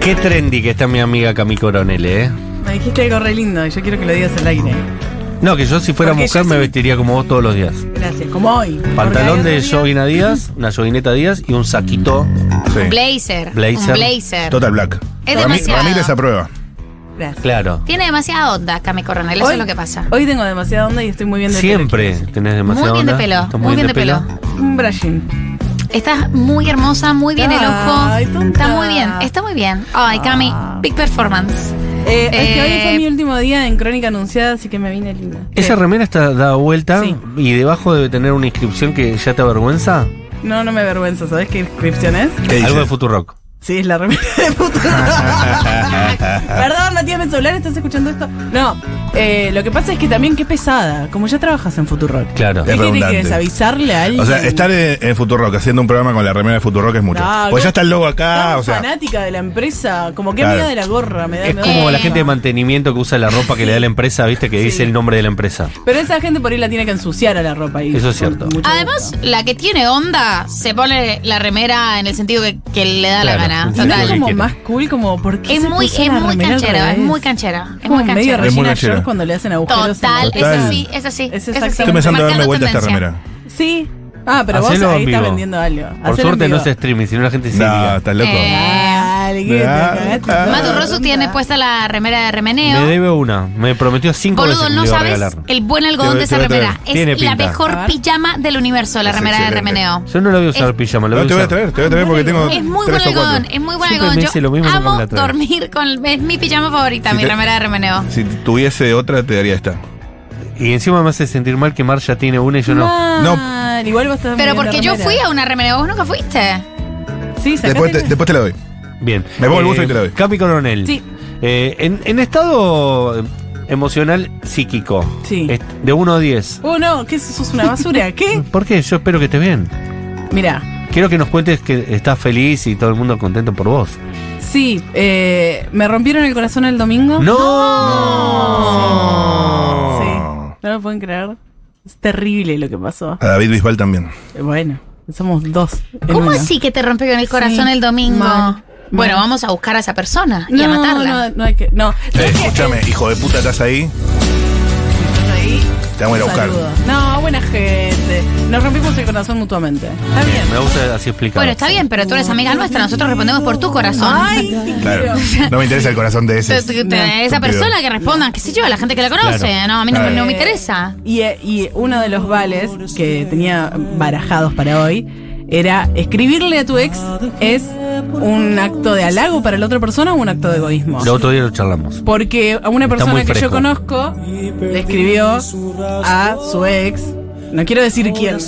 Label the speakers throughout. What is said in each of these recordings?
Speaker 1: Qué trendy que está mi amiga Cami Coronel, ¿eh?
Speaker 2: Me dijiste algo re lindo y yo quiero que lo digas al aire.
Speaker 1: No, que yo si fuera
Speaker 2: Porque
Speaker 1: mujer
Speaker 2: yo
Speaker 1: me
Speaker 2: sí.
Speaker 1: vestiría como vos todos los días.
Speaker 2: Gracias, como hoy.
Speaker 1: Pantalón
Speaker 2: Porque hay
Speaker 1: de
Speaker 2: otro día-
Speaker 1: jogging a Díaz, una joggineta Díaz y un saquito.
Speaker 3: Un
Speaker 4: Sí.
Speaker 3: blazer.
Speaker 1: Blazer.
Speaker 3: Un blazer.
Speaker 4: Total Black.
Speaker 3: Es
Speaker 4: Rami-
Speaker 3: demasiado.
Speaker 4: Ramírez aprueba.
Speaker 2: Gracias.
Speaker 1: Claro.
Speaker 3: Tiene demasiada onda, Cami Coronel. Eso
Speaker 2: Hoy-
Speaker 3: es lo que pasa.
Speaker 2: Hoy tengo demasiada onda y estoy muy bien de pelo.
Speaker 1: Siempre tenés demasiado.
Speaker 3: Muy bien de pelo, muy bien de pelo.
Speaker 2: Un brushing.
Speaker 3: Estás muy hermosa, muy bien el ojo.
Speaker 2: Ay, tonta.
Speaker 3: Está muy bien, está muy bien. Ay, Cami,
Speaker 2: Ah.
Speaker 3: big performance.
Speaker 2: Eh, es que hoy
Speaker 3: Eh,
Speaker 2: fue mi último día en Crónica Anunciada, así que me vine linda. Eh,
Speaker 1: Esa remera está dada vuelta
Speaker 2: Sí.
Speaker 1: y debajo debe tener una inscripción que ya te avergüenza.
Speaker 2: No, no me avergüenza, ¿sabes qué inscripción es?
Speaker 4: ¿Qué dice?
Speaker 1: Algo de Futurock.
Speaker 2: Sí, es la remera de puto. Perdón, no tiene mi celular, ¿estás escuchando esto? No, eh, lo que pasa es que también qué pesada, como ya trabajas en Futurock.
Speaker 1: Claro.
Speaker 2: ¿Qué
Speaker 4: Es
Speaker 2: tiene
Speaker 4: redundante.
Speaker 2: que avisarle a alguien?
Speaker 4: O sea, estar en, en Futurock haciendo un programa con la remera de Futurock es mucho.
Speaker 2: No,
Speaker 4: pues
Speaker 2: no.
Speaker 4: ya está el logo acá,
Speaker 1: Ah,
Speaker 2: Tan
Speaker 4: o sea.
Speaker 2: fanática de la empresa, como que
Speaker 4: Claro.
Speaker 2: amiga de la gorra, me da,
Speaker 1: Es
Speaker 2: me da
Speaker 1: como la
Speaker 2: pena.
Speaker 1: gente de mantenimiento que usa la ropa que le da la empresa, viste, que dice
Speaker 2: Sí.
Speaker 1: el nombre de la empresa.
Speaker 2: Pero esa gente por ahí la tiene que ensuciar a la ropa. Y
Speaker 1: Eso es
Speaker 2: con
Speaker 1: cierto.
Speaker 2: mucho
Speaker 3: Además,
Speaker 2: gusto.
Speaker 3: la que tiene onda se pone la remera en el sentido que, que le da la
Speaker 1: Claro,
Speaker 3: gana.
Speaker 1: sí,
Speaker 2: es
Speaker 3: Total.
Speaker 1: sí,
Speaker 2: como
Speaker 1: quiere.
Speaker 2: más cool, como porque
Speaker 3: Es muy, es muy canchera, es muy canchera, es
Speaker 2: como
Speaker 3: muy
Speaker 2: medio
Speaker 3: canchera.
Speaker 4: Es muy
Speaker 2: Regina
Speaker 4: canchera.
Speaker 2: George cuando le hacen agujeros. en la-
Speaker 3: Total, es
Speaker 4: Total.
Speaker 3: así, es
Speaker 2: Es
Speaker 3: así. así.
Speaker 2: exactamente.
Speaker 4: Estoy pensando en darme
Speaker 3: Marcando
Speaker 4: vuelta a esta
Speaker 3: tendencia.
Speaker 4: remera.
Speaker 2: Sí. Ah, pero
Speaker 1: Hacelo
Speaker 2: vos ahí
Speaker 1: en
Speaker 2: estás
Speaker 1: vivo.
Speaker 2: vendiendo algo.
Speaker 1: Por
Speaker 2: Hacelo en
Speaker 1: suerte no
Speaker 2: vivo.
Speaker 1: es streaming, sino la gente se
Speaker 4: No,
Speaker 1: iría.
Speaker 4: estás loco.
Speaker 3: Eh,
Speaker 2: Dale, que te
Speaker 4: Ah,
Speaker 2: cagaste.
Speaker 4: ah.
Speaker 3: Matu Rosso tiene puesta la remera de remeneo.
Speaker 1: Me debe una. Me prometió cinco
Speaker 3: Boludo,
Speaker 1: veces que
Speaker 3: no
Speaker 1: me iba a
Speaker 3: sabes
Speaker 1: regalar.
Speaker 3: el buen algodón
Speaker 4: Te-
Speaker 3: de esa
Speaker 4: te voy a traer.
Speaker 3: remera.
Speaker 1: Tiene
Speaker 3: Es la
Speaker 1: pinta.
Speaker 2: A ver.
Speaker 3: mejor pijama del universo, la
Speaker 4: Es
Speaker 3: remera de
Speaker 4: excelente.
Speaker 3: remeneo.
Speaker 1: Yo no la voy a usar pijama, la voy
Speaker 4: No, te voy
Speaker 1: a
Speaker 4: a
Speaker 1: usar.
Speaker 4: traer, te voy a traer porque tengo.
Speaker 3: Es muy buen
Speaker 4: tres o
Speaker 3: algodón,
Speaker 4: cuatro.
Speaker 3: es muy buen
Speaker 1: Siempre
Speaker 3: algodón.
Speaker 1: me
Speaker 3: Yo
Speaker 1: dice lo mismo, nunca me
Speaker 3: amo
Speaker 1: la trae.
Speaker 3: dormir con. Es mi pijama favorita,
Speaker 4: Si
Speaker 3: mi
Speaker 4: te-
Speaker 3: remera de remeneo.
Speaker 4: Si tuviese otra, te daría esta.
Speaker 1: Y encima me hace sentir mal que Mar ya tiene una y yo no.
Speaker 2: Mal, Igual vos estás
Speaker 3: Pero
Speaker 2: vendiendo
Speaker 3: porque yo
Speaker 2: remera.
Speaker 3: fui a una remeneo, vos nunca fuiste.
Speaker 2: Sí, sacaste
Speaker 4: Después te,
Speaker 2: que-
Speaker 4: después te la doy.
Speaker 1: Bien. Eh,
Speaker 4: Me pongo el buzo y te la doy.
Speaker 1: Capi Coronel.
Speaker 2: Sí.
Speaker 1: Eh, en, en estado emocional psíquico.
Speaker 2: Sí.
Speaker 1: est- De 1 a 10.
Speaker 2: Oh, no, que eso es una basura. ¿Qué?
Speaker 1: ¿Por qué? Yo espero que estés bien.
Speaker 2: Mirá,
Speaker 1: Quiero que nos cuentes que estás feliz y todo el mundo contento por vos.
Speaker 2: sí, eh, me rompieron el corazón el domingo.
Speaker 1: ¡No!
Speaker 2: Sí, no lo pueden creer. Es terrible lo que pasó.
Speaker 4: A David Bisbal también.
Speaker 2: Eh, Bueno, somos dos. en
Speaker 3: ¿Cómo
Speaker 2: uno.
Speaker 3: así que te rompió el corazón
Speaker 2: Sí,
Speaker 3: el domingo?
Speaker 2: mal,
Speaker 3: Bueno,
Speaker 2: mal.
Speaker 3: vamos a buscar a esa persona y a
Speaker 2: No,
Speaker 3: matarla.
Speaker 2: no, no hay que. No,
Speaker 4: Eh, escúchame, hijo de puta, estás ahí.
Speaker 2: ahí.
Speaker 4: Te vamos a ir a buscar.
Speaker 2: Saludo. No, buena gente. Nos rompimos el corazón mutuamente. Está bien.
Speaker 1: Me gusta así explicar.
Speaker 3: Bueno, está bien, pero tú eres amiga nuestra, nosotros respondemos por tu corazón.
Speaker 2: Ay, te
Speaker 4: Claro.
Speaker 2: quiero.
Speaker 4: No me interesa el corazón de ese.
Speaker 3: Te- te- te- esa
Speaker 4: estúpido.
Speaker 3: persona que responda, qué sé yo, a la gente que la conoce,
Speaker 1: Claro.
Speaker 3: no, a mí no, me-
Speaker 4: Claro.
Speaker 3: no me interesa.
Speaker 2: Y, eh, y uno de los vales que tenía barajados para hoy era escribirle a tu ex es un acto de halago para la otra persona o un acto de egoísmo.
Speaker 1: El otro día lo charlamos.
Speaker 2: Porque a una
Speaker 1: Está
Speaker 2: persona
Speaker 1: muy
Speaker 2: que yo
Speaker 1: fresco.
Speaker 2: conozco le escribió a su ex. No quiero decir quién.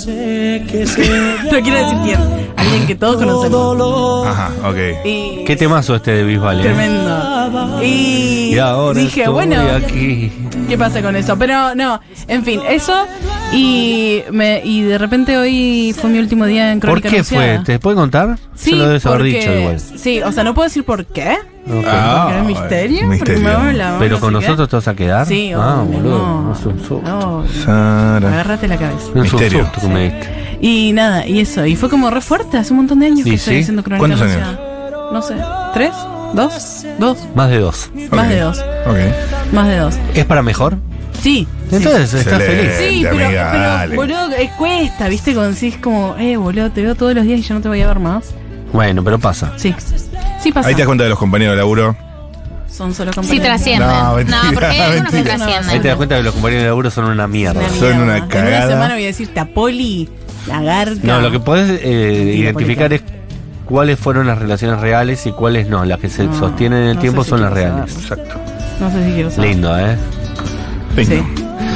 Speaker 2: no quiero decir quién. Alguien que todos conocemos.
Speaker 4: Ajá, ok.
Speaker 2: Y
Speaker 1: ¿Qué temazo este de Bisbal? eh?
Speaker 2: tremendo. Y,
Speaker 1: Y ahora
Speaker 2: dije,
Speaker 1: estoy
Speaker 2: bueno,
Speaker 1: aquí.
Speaker 2: ¿qué pasa con eso? Pero no, en fin, eso. Y, me, y de repente hoy fue mi último día en
Speaker 1: ¿Por
Speaker 2: Crónica
Speaker 1: qué fue?
Speaker 2: Anunciada.
Speaker 1: ¿Te puede contar?
Speaker 2: Sí,
Speaker 1: Se lo debes haber
Speaker 2: porque-
Speaker 1: dicho igual.
Speaker 2: Sí, o sea, no puedo decir por qué.
Speaker 1: Ok.
Speaker 4: Ah,
Speaker 2: porque es misterio. Porque
Speaker 4: misterio.
Speaker 2: me habla,
Speaker 1: Pero
Speaker 2: no
Speaker 1: con
Speaker 2: sé qué.
Speaker 1: nosotros te vas a quedar.
Speaker 2: Sí,
Speaker 1: Ah,
Speaker 2: obvio,
Speaker 1: boludo.
Speaker 2: no.
Speaker 1: Es un susto.
Speaker 2: No,
Speaker 4: Sara.
Speaker 2: agárrate la cabeza.
Speaker 1: Es un
Speaker 4: Misterio.
Speaker 1: susto que me diste.
Speaker 2: Y nada, y eso. Y fue como re fuerte, hace un montón de años
Speaker 1: Sí,
Speaker 2: que estoy
Speaker 1: sí.
Speaker 2: haciendo crónica.
Speaker 4: ¿Cuántos
Speaker 2: Anunciada. No sé, ¿tres? ¿Dos? ¿Dos?
Speaker 1: Más de dos.
Speaker 2: Más
Speaker 4: Ok.
Speaker 2: de dos,
Speaker 4: Ok.
Speaker 2: más de dos.
Speaker 1: ¿Es para mejor?
Speaker 2: Sí.
Speaker 1: Entonces estás
Speaker 4: Excelente.
Speaker 1: feliz.
Speaker 2: Sí,
Speaker 4: Gente,
Speaker 2: pero,
Speaker 4: amiga,
Speaker 2: pero,
Speaker 4: dale.
Speaker 2: boludo, eh, cuesta, ¿viste? Cuando decís como, eh, boludo, te veo todos los días y yo no te voy a ver más.
Speaker 1: Bueno, pero pasa.
Speaker 2: Sí. Sí pasa.
Speaker 4: Ahí te das cuenta de los compañeros de laburo.
Speaker 2: Son solo
Speaker 3: Si
Speaker 2: compañeros.
Speaker 3: trascienden.
Speaker 4: No, mentira,
Speaker 3: porque hay algunos que
Speaker 4: mentira.
Speaker 3: trascienden.
Speaker 1: Ahí te das cuenta que los compañeros de laburo son una mierda.
Speaker 2: Una
Speaker 4: Son
Speaker 2: mierda.
Speaker 4: una
Speaker 2: En
Speaker 4: cagada.
Speaker 2: una semana voy a decirte a Poli, lagarta.
Speaker 1: No, lo que podés eh,
Speaker 2: Mentira,
Speaker 1: identificar es cuáles fueron las relaciones reales y cuáles no. Las que se
Speaker 2: No,
Speaker 1: sostienen en el
Speaker 2: no
Speaker 1: tiempo
Speaker 2: sé si
Speaker 1: son las
Speaker 2: quiero
Speaker 1: reales.
Speaker 4: Exacto.
Speaker 2: No sé si quiero saber.
Speaker 1: Lindo, ¿eh?
Speaker 2: Sí.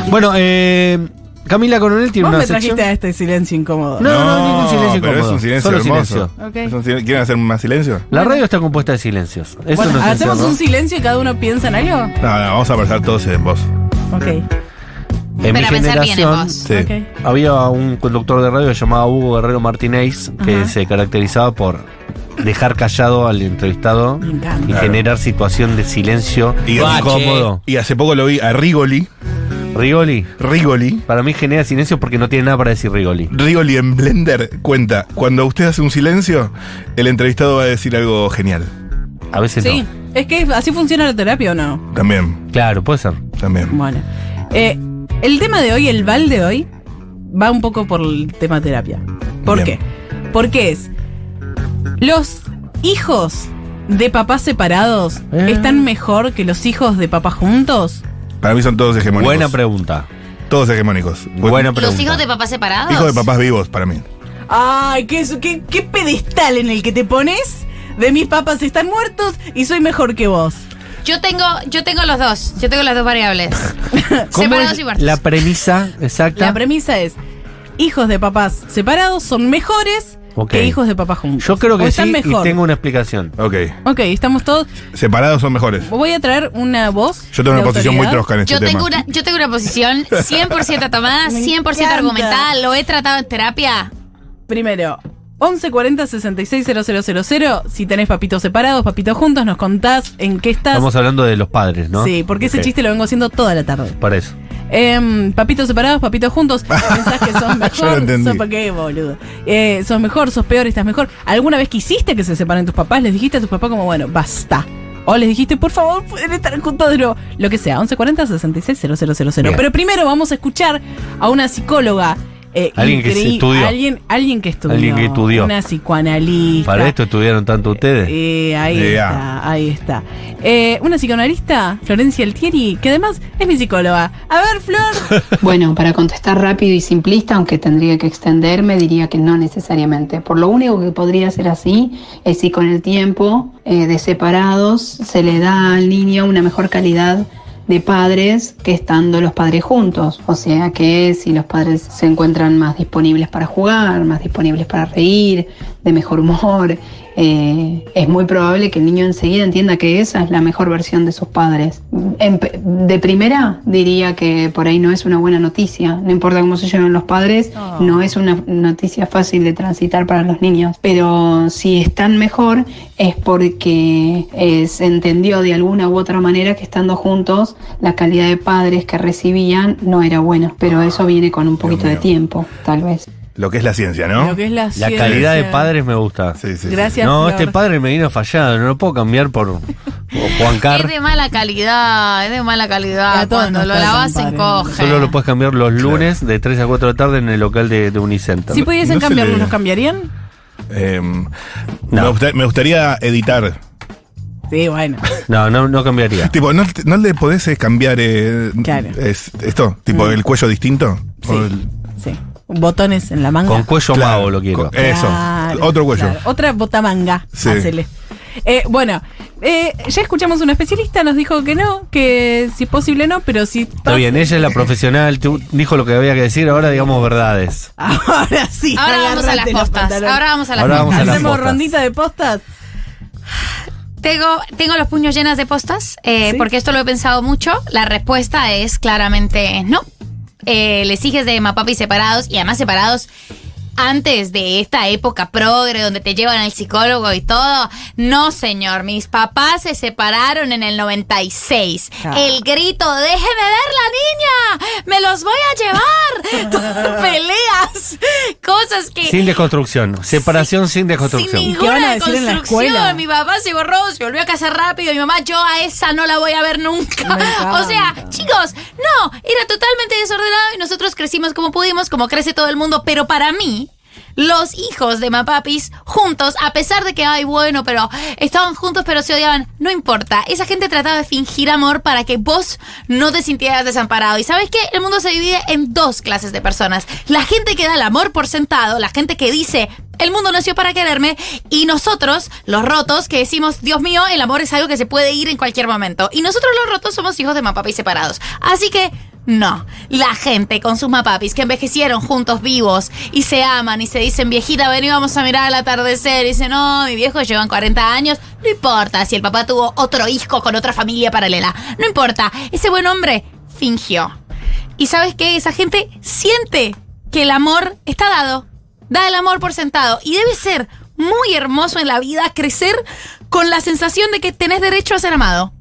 Speaker 1: Bueno, eh, Camila Coronel tiene
Speaker 2: Vos
Speaker 1: una
Speaker 2: me
Speaker 1: sección.
Speaker 2: trajiste a este silencio incómodo.
Speaker 1: No, no, ningún silencio
Speaker 4: pero es
Speaker 1: incómodo.
Speaker 4: un silencio
Speaker 1: Solo
Speaker 4: hermoso.
Speaker 1: silencio.
Speaker 2: Ok.
Speaker 4: Es un silencio- ¿Quieren hacer más silencio?
Speaker 1: La radio está compuesta de silencios. Eso
Speaker 2: bueno,
Speaker 1: nos
Speaker 2: ¿hacemos
Speaker 1: encierra.
Speaker 2: un silencio y cada uno piensa en algo?
Speaker 4: No, no, vamos a pensar todos en vos.
Speaker 2: Ok.
Speaker 1: En mi
Speaker 3: Para pensar bien en
Speaker 1: generación
Speaker 3: vos.
Speaker 4: Sí.
Speaker 2: Ok.
Speaker 1: había un conductor de radio llamado Hugo Guerrero Martínez que
Speaker 2: Ajá.
Speaker 1: se caracterizaba por dejar callado al entrevistado
Speaker 2: Me encanta.
Speaker 1: y
Speaker 4: Claro.
Speaker 1: generar situación de silencio
Speaker 4: Y-
Speaker 1: incómodo.
Speaker 4: Y hace poco lo vi a Rigoli.
Speaker 1: Rigoli.
Speaker 4: Rigoli.
Speaker 1: Para mí genera silencio porque no tiene nada para decir Rigoli.
Speaker 4: Rigoli en Blender cuenta, cuando usted hace un silencio, el entrevistado va a decir algo genial.
Speaker 1: a veces
Speaker 2: Sí.
Speaker 1: no.
Speaker 2: Es que así funciona la terapia o no.
Speaker 4: También,
Speaker 1: Claro, puede ser.
Speaker 4: también.
Speaker 2: Bueno. Eh, el tema de hoy, el bal de hoy, va un poco por el tema terapia. ¿Por
Speaker 4: Bien.
Speaker 2: qué? Porque es. Los hijos de papás separados
Speaker 1: Eh.
Speaker 2: están mejor que los hijos de papás juntos.
Speaker 4: Para mí son todos hegemónicos.
Speaker 1: Buena pregunta.
Speaker 4: Todos hegemónicos.
Speaker 1: Buena
Speaker 3: ¿Los
Speaker 1: pregunta.
Speaker 3: hijos de papás separados?
Speaker 4: Hijos de papás vivos para mí.
Speaker 2: Ay, qué, qué, qué pedestal en el que te pones de mis papás están muertos y soy mejor que vos.
Speaker 3: Yo tengo, yo tengo los dos. Yo tengo las dos variables.
Speaker 1: ¿Cómo
Speaker 3: separados
Speaker 1: es
Speaker 3: y muertos.
Speaker 1: La premisa exacta.
Speaker 2: La premisa es, hijos de papás separados son mejores
Speaker 1: Ok.
Speaker 2: que hijos de papás juntos.
Speaker 1: Yo creo
Speaker 2: O
Speaker 1: que
Speaker 2: están
Speaker 1: sí
Speaker 2: mejor.
Speaker 1: y tengo una explicación.
Speaker 4: Ok.
Speaker 2: Ok, estamos todos...
Speaker 4: Separados son mejores.
Speaker 2: Voy a traer una voz.
Speaker 4: Yo
Speaker 2: de
Speaker 4: tengo una posición muy
Speaker 2: autoridad.
Speaker 4: trosca en este
Speaker 3: Yo
Speaker 4: tema.
Speaker 3: tengo, una, yo tengo una posición 100% tomada,
Speaker 2: Me
Speaker 3: 100%
Speaker 2: encanta.
Speaker 3: argumentada, lo he tratado en terapia.
Speaker 2: Primero, 1140 000 Si tenés papitos separados, papitos juntos, nos contás en qué estás.
Speaker 1: Estamos hablando de los padres, ¿no?
Speaker 2: Sí, porque
Speaker 1: Ok,
Speaker 2: ese chiste lo vengo haciendo toda la tarde.
Speaker 1: Para eso.
Speaker 2: Em, papitos separados, papitos juntos. Pensás que sos
Speaker 4: Yo lo
Speaker 2: mejor.
Speaker 4: entendí.
Speaker 2: ¿Sos pa' qué, boludo? Eh, sos mejor, sos peor, estás mejor. ¿Alguna vez quisiste que se separen tus papás? ¿Les dijiste a tus papás como, bueno, basta? O les dijiste, por favor, pueden estar juntos de nuevo. Lo que sea, 1140-660000.
Speaker 1: Bien.
Speaker 2: Pero primero vamos a escuchar a una psicóloga. eh,
Speaker 1: Alguien que se
Speaker 2: increí-
Speaker 1: estudió.
Speaker 2: Alguien, alguien que estudió.
Speaker 1: Alguien que estudió.
Speaker 2: Una psicoanalista.
Speaker 1: Para esto estudiaron tanto ustedes.
Speaker 2: Eh, ahí
Speaker 4: Yeah.
Speaker 2: está, ahí está. Eh, una psicoanalista, Florencia Altieri, que además es mi psicóloga. A ver, Flor.
Speaker 5: Bueno, para contestar rápido y simplista, aunque tendría que extenderme, diría que no necesariamente. Por lo único que podría ser así es si con el tiempo eh, de separados se le da al niño una mejor calidad de padres que estando los padres juntos. O sea que si los padres se encuentran más disponibles para jugar, más disponibles para reír, de mejor humor, eh, es muy probable que el niño enseguida entienda que esa es la mejor versión de sus padres. En pe- de primera diría que por ahí no es una buena noticia, no importa cómo se lleven los padres,
Speaker 2: Oh.
Speaker 5: no es una noticia fácil de transitar para los niños, pero si están mejor es porque eh, se entendió de alguna u otra manera que estando juntos la calidad de padres que recibían no era buena, pero eso viene con un poquito de
Speaker 4: mío.
Speaker 5: tiempo, tal vez.
Speaker 4: Lo que es la ciencia, ¿no?
Speaker 2: Lo que es la,
Speaker 1: La
Speaker 2: ciencia.
Speaker 1: calidad de padres me gusta.
Speaker 4: Sí, sí, sí.
Speaker 2: Gracias.
Speaker 1: no,
Speaker 2: Flor.
Speaker 1: este padre me vino fallado, no lo puedo cambiar por por Juan
Speaker 3: Es
Speaker 1: Car.
Speaker 3: de mala calidad, es de mala
Speaker 2: Y
Speaker 3: calidad.
Speaker 2: a todos
Speaker 3: Cuando
Speaker 2: nos
Speaker 3: lo
Speaker 2: pasan,
Speaker 3: lavas se
Speaker 2: padre.
Speaker 3: encoge.
Speaker 1: Solo lo puedes cambiar los lunes de 3 a 4 de la tarde en el local de, de Unicenter.
Speaker 2: Si pudiesen
Speaker 4: No se
Speaker 2: cambiarlo,
Speaker 4: le-
Speaker 2: ¿nos cambiarían?
Speaker 4: Eh, me, gusta- me gustaría editar.
Speaker 2: Sí, bueno.
Speaker 1: No, no, no cambiaría.
Speaker 4: Tipo, ¿no, te- no le podés eh, cambiar eh,
Speaker 2: Claro.
Speaker 4: es- esto? Tipo,
Speaker 3: Mm.
Speaker 4: el cuello distinto.
Speaker 2: Sí.
Speaker 4: O el-
Speaker 2: sí. Botones en la manga.
Speaker 1: Con cuello
Speaker 4: Claro,
Speaker 1: mago lo quiero.
Speaker 4: con- eh. eso, otro cuello.
Speaker 2: Otra botamanga.
Speaker 4: Sí.
Speaker 2: Hacele. Eh, bueno, eh, ya escuchamos a una especialista, nos dijo que no, que si es posible no, pero si
Speaker 1: Está bien, ella es la profesional, tú- dijo lo que había que decir, ahora digamos verdades.
Speaker 2: Ahora sí.
Speaker 3: Ahora vamos a las
Speaker 2: agarrate los
Speaker 3: postas.
Speaker 2: pantalones.
Speaker 3: Ahora vamos a las
Speaker 1: Ahora vamos
Speaker 3: postas.
Speaker 1: a las
Speaker 2: Hacemos
Speaker 1: postas.
Speaker 2: rondita de postas.
Speaker 3: Tengo, tengo los puños llenos de postas, eh,
Speaker 2: Sí.
Speaker 3: porque esto lo he pensado mucho. La respuesta es claramente no. Eh, les hijes de Mapapi separados y además separados antes de esta época progre donde te llevan al psicólogo y todo. No, señor, mis papás se separaron en el 96.
Speaker 2: Ah.
Speaker 3: El grito, déjeme ver la niña, me los voy a llevar. Todo, Peleas, cosas que...
Speaker 1: Sin desconstrucción, separación sin desconstrucción.
Speaker 3: Sin
Speaker 2: ¿Qué van a
Speaker 3: ninguna
Speaker 2: decir en la escuela?
Speaker 3: construcción. Mi papá se borró, se volvió a casar rápido. Mi mamá, yo a esa no la voy a ver nunca.
Speaker 2: Me encanta.
Speaker 3: O sea, chicos, no, era totalmente desordenado y nosotros crecimos como pudimos, como crece todo el mundo. Pero para mí, los hijos de Mapapis juntos, a pesar de que, ay, bueno, pero estaban juntos, pero se odiaban, no importa. Esa gente trataba de fingir amor para que vos no te sintieras desamparado. Y sabes qué? El mundo se divide en dos clases de personas. La gente que da el amor por sentado, la gente que dice, el mundo nació para quererme y nosotros, los rotos, que decimos, Dios mío, el amor es algo que se puede ir en cualquier momento. Y nosotros los rotos somos hijos de mapapis separados. Así que, no, la gente con sus mapapis que envejecieron juntos vivos y se aman y se dicen, viejita, vení, vamos a mirar el atardecer. Y dicen, no, mi viejo llevan 40 años. No importa si el papá tuvo otro hijo con otra familia paralela. No importa, ese buen hombre fingió. Y sabes qué, esa gente siente que el amor está dado, da el amor por sentado y debe ser muy hermoso en la vida crecer con la sensación de que tenés derecho a ser amado.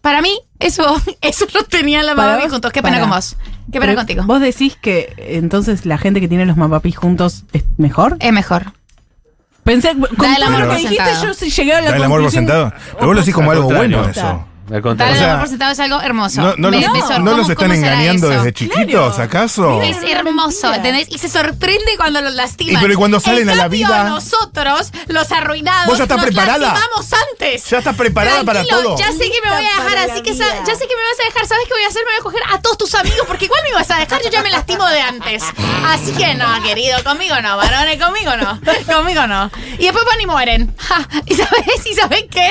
Speaker 3: Para mí, eso, eso lo tenía la
Speaker 2: Para
Speaker 3: mamá
Speaker 2: vos,
Speaker 3: juntos. Qué pena
Speaker 2: para.
Speaker 3: con vos. Qué pena
Speaker 2: Pero
Speaker 3: contigo.
Speaker 2: Eh, ¿Vos decís que entonces la gente que tiene los mapapis juntos es mejor?
Speaker 3: Es mejor.
Speaker 2: Pensé, con
Speaker 3: Eh, Da el
Speaker 2: todo
Speaker 3: amor
Speaker 2: lo
Speaker 4: por
Speaker 2: que dijiste,
Speaker 3: sentado.
Speaker 2: yo sí llegué a la
Speaker 4: ¿Da el amor por sentado? Pero vos lo decís como
Speaker 1: Al
Speaker 4: algo
Speaker 1: contrario.
Speaker 4: bueno eso.
Speaker 1: Al
Speaker 3: Dar
Speaker 1: contrario.
Speaker 3: el
Speaker 4: O sea,
Speaker 3: amor por sentado es algo hermoso.
Speaker 4: ¿No, no
Speaker 3: Me-
Speaker 4: los,
Speaker 3: me
Speaker 4: no
Speaker 3: sor-
Speaker 4: los
Speaker 3: ¿cómo-
Speaker 4: están
Speaker 3: cómo será
Speaker 4: engañando
Speaker 3: eso?
Speaker 4: desde chiquitos, acaso?
Speaker 3: Es hermoso, ¿entendés? Y se sorprende cuando los lastiman.
Speaker 4: Y pero y cuando
Speaker 3: En
Speaker 4: salen a la
Speaker 3: cambio,
Speaker 4: vida-
Speaker 3: nosotros, los arruinados,
Speaker 4: ¿Vos ya estás
Speaker 3: nos
Speaker 4: preparada?
Speaker 3: lastimamos antes.
Speaker 4: ¿Ya estás preparada para
Speaker 3: Tranquilo,
Speaker 4: todo?
Speaker 3: Ya sé que me voy a
Speaker 2: Lista
Speaker 3: dejar,
Speaker 2: para
Speaker 3: así
Speaker 2: la
Speaker 3: que sa-
Speaker 2: vida.
Speaker 3: ya sé que me vas a dejar. ¿Sabes qué voy a hacer? Me voy a coger a todos tus amigos, porque igual me vas a dejar, yo ya me lastimo de antes. Así que no, querido, conmigo no, varones, conmigo no, conmigo no. Y después van y mueren. Ja, ¿Y sabes? ¿Y sabes qué?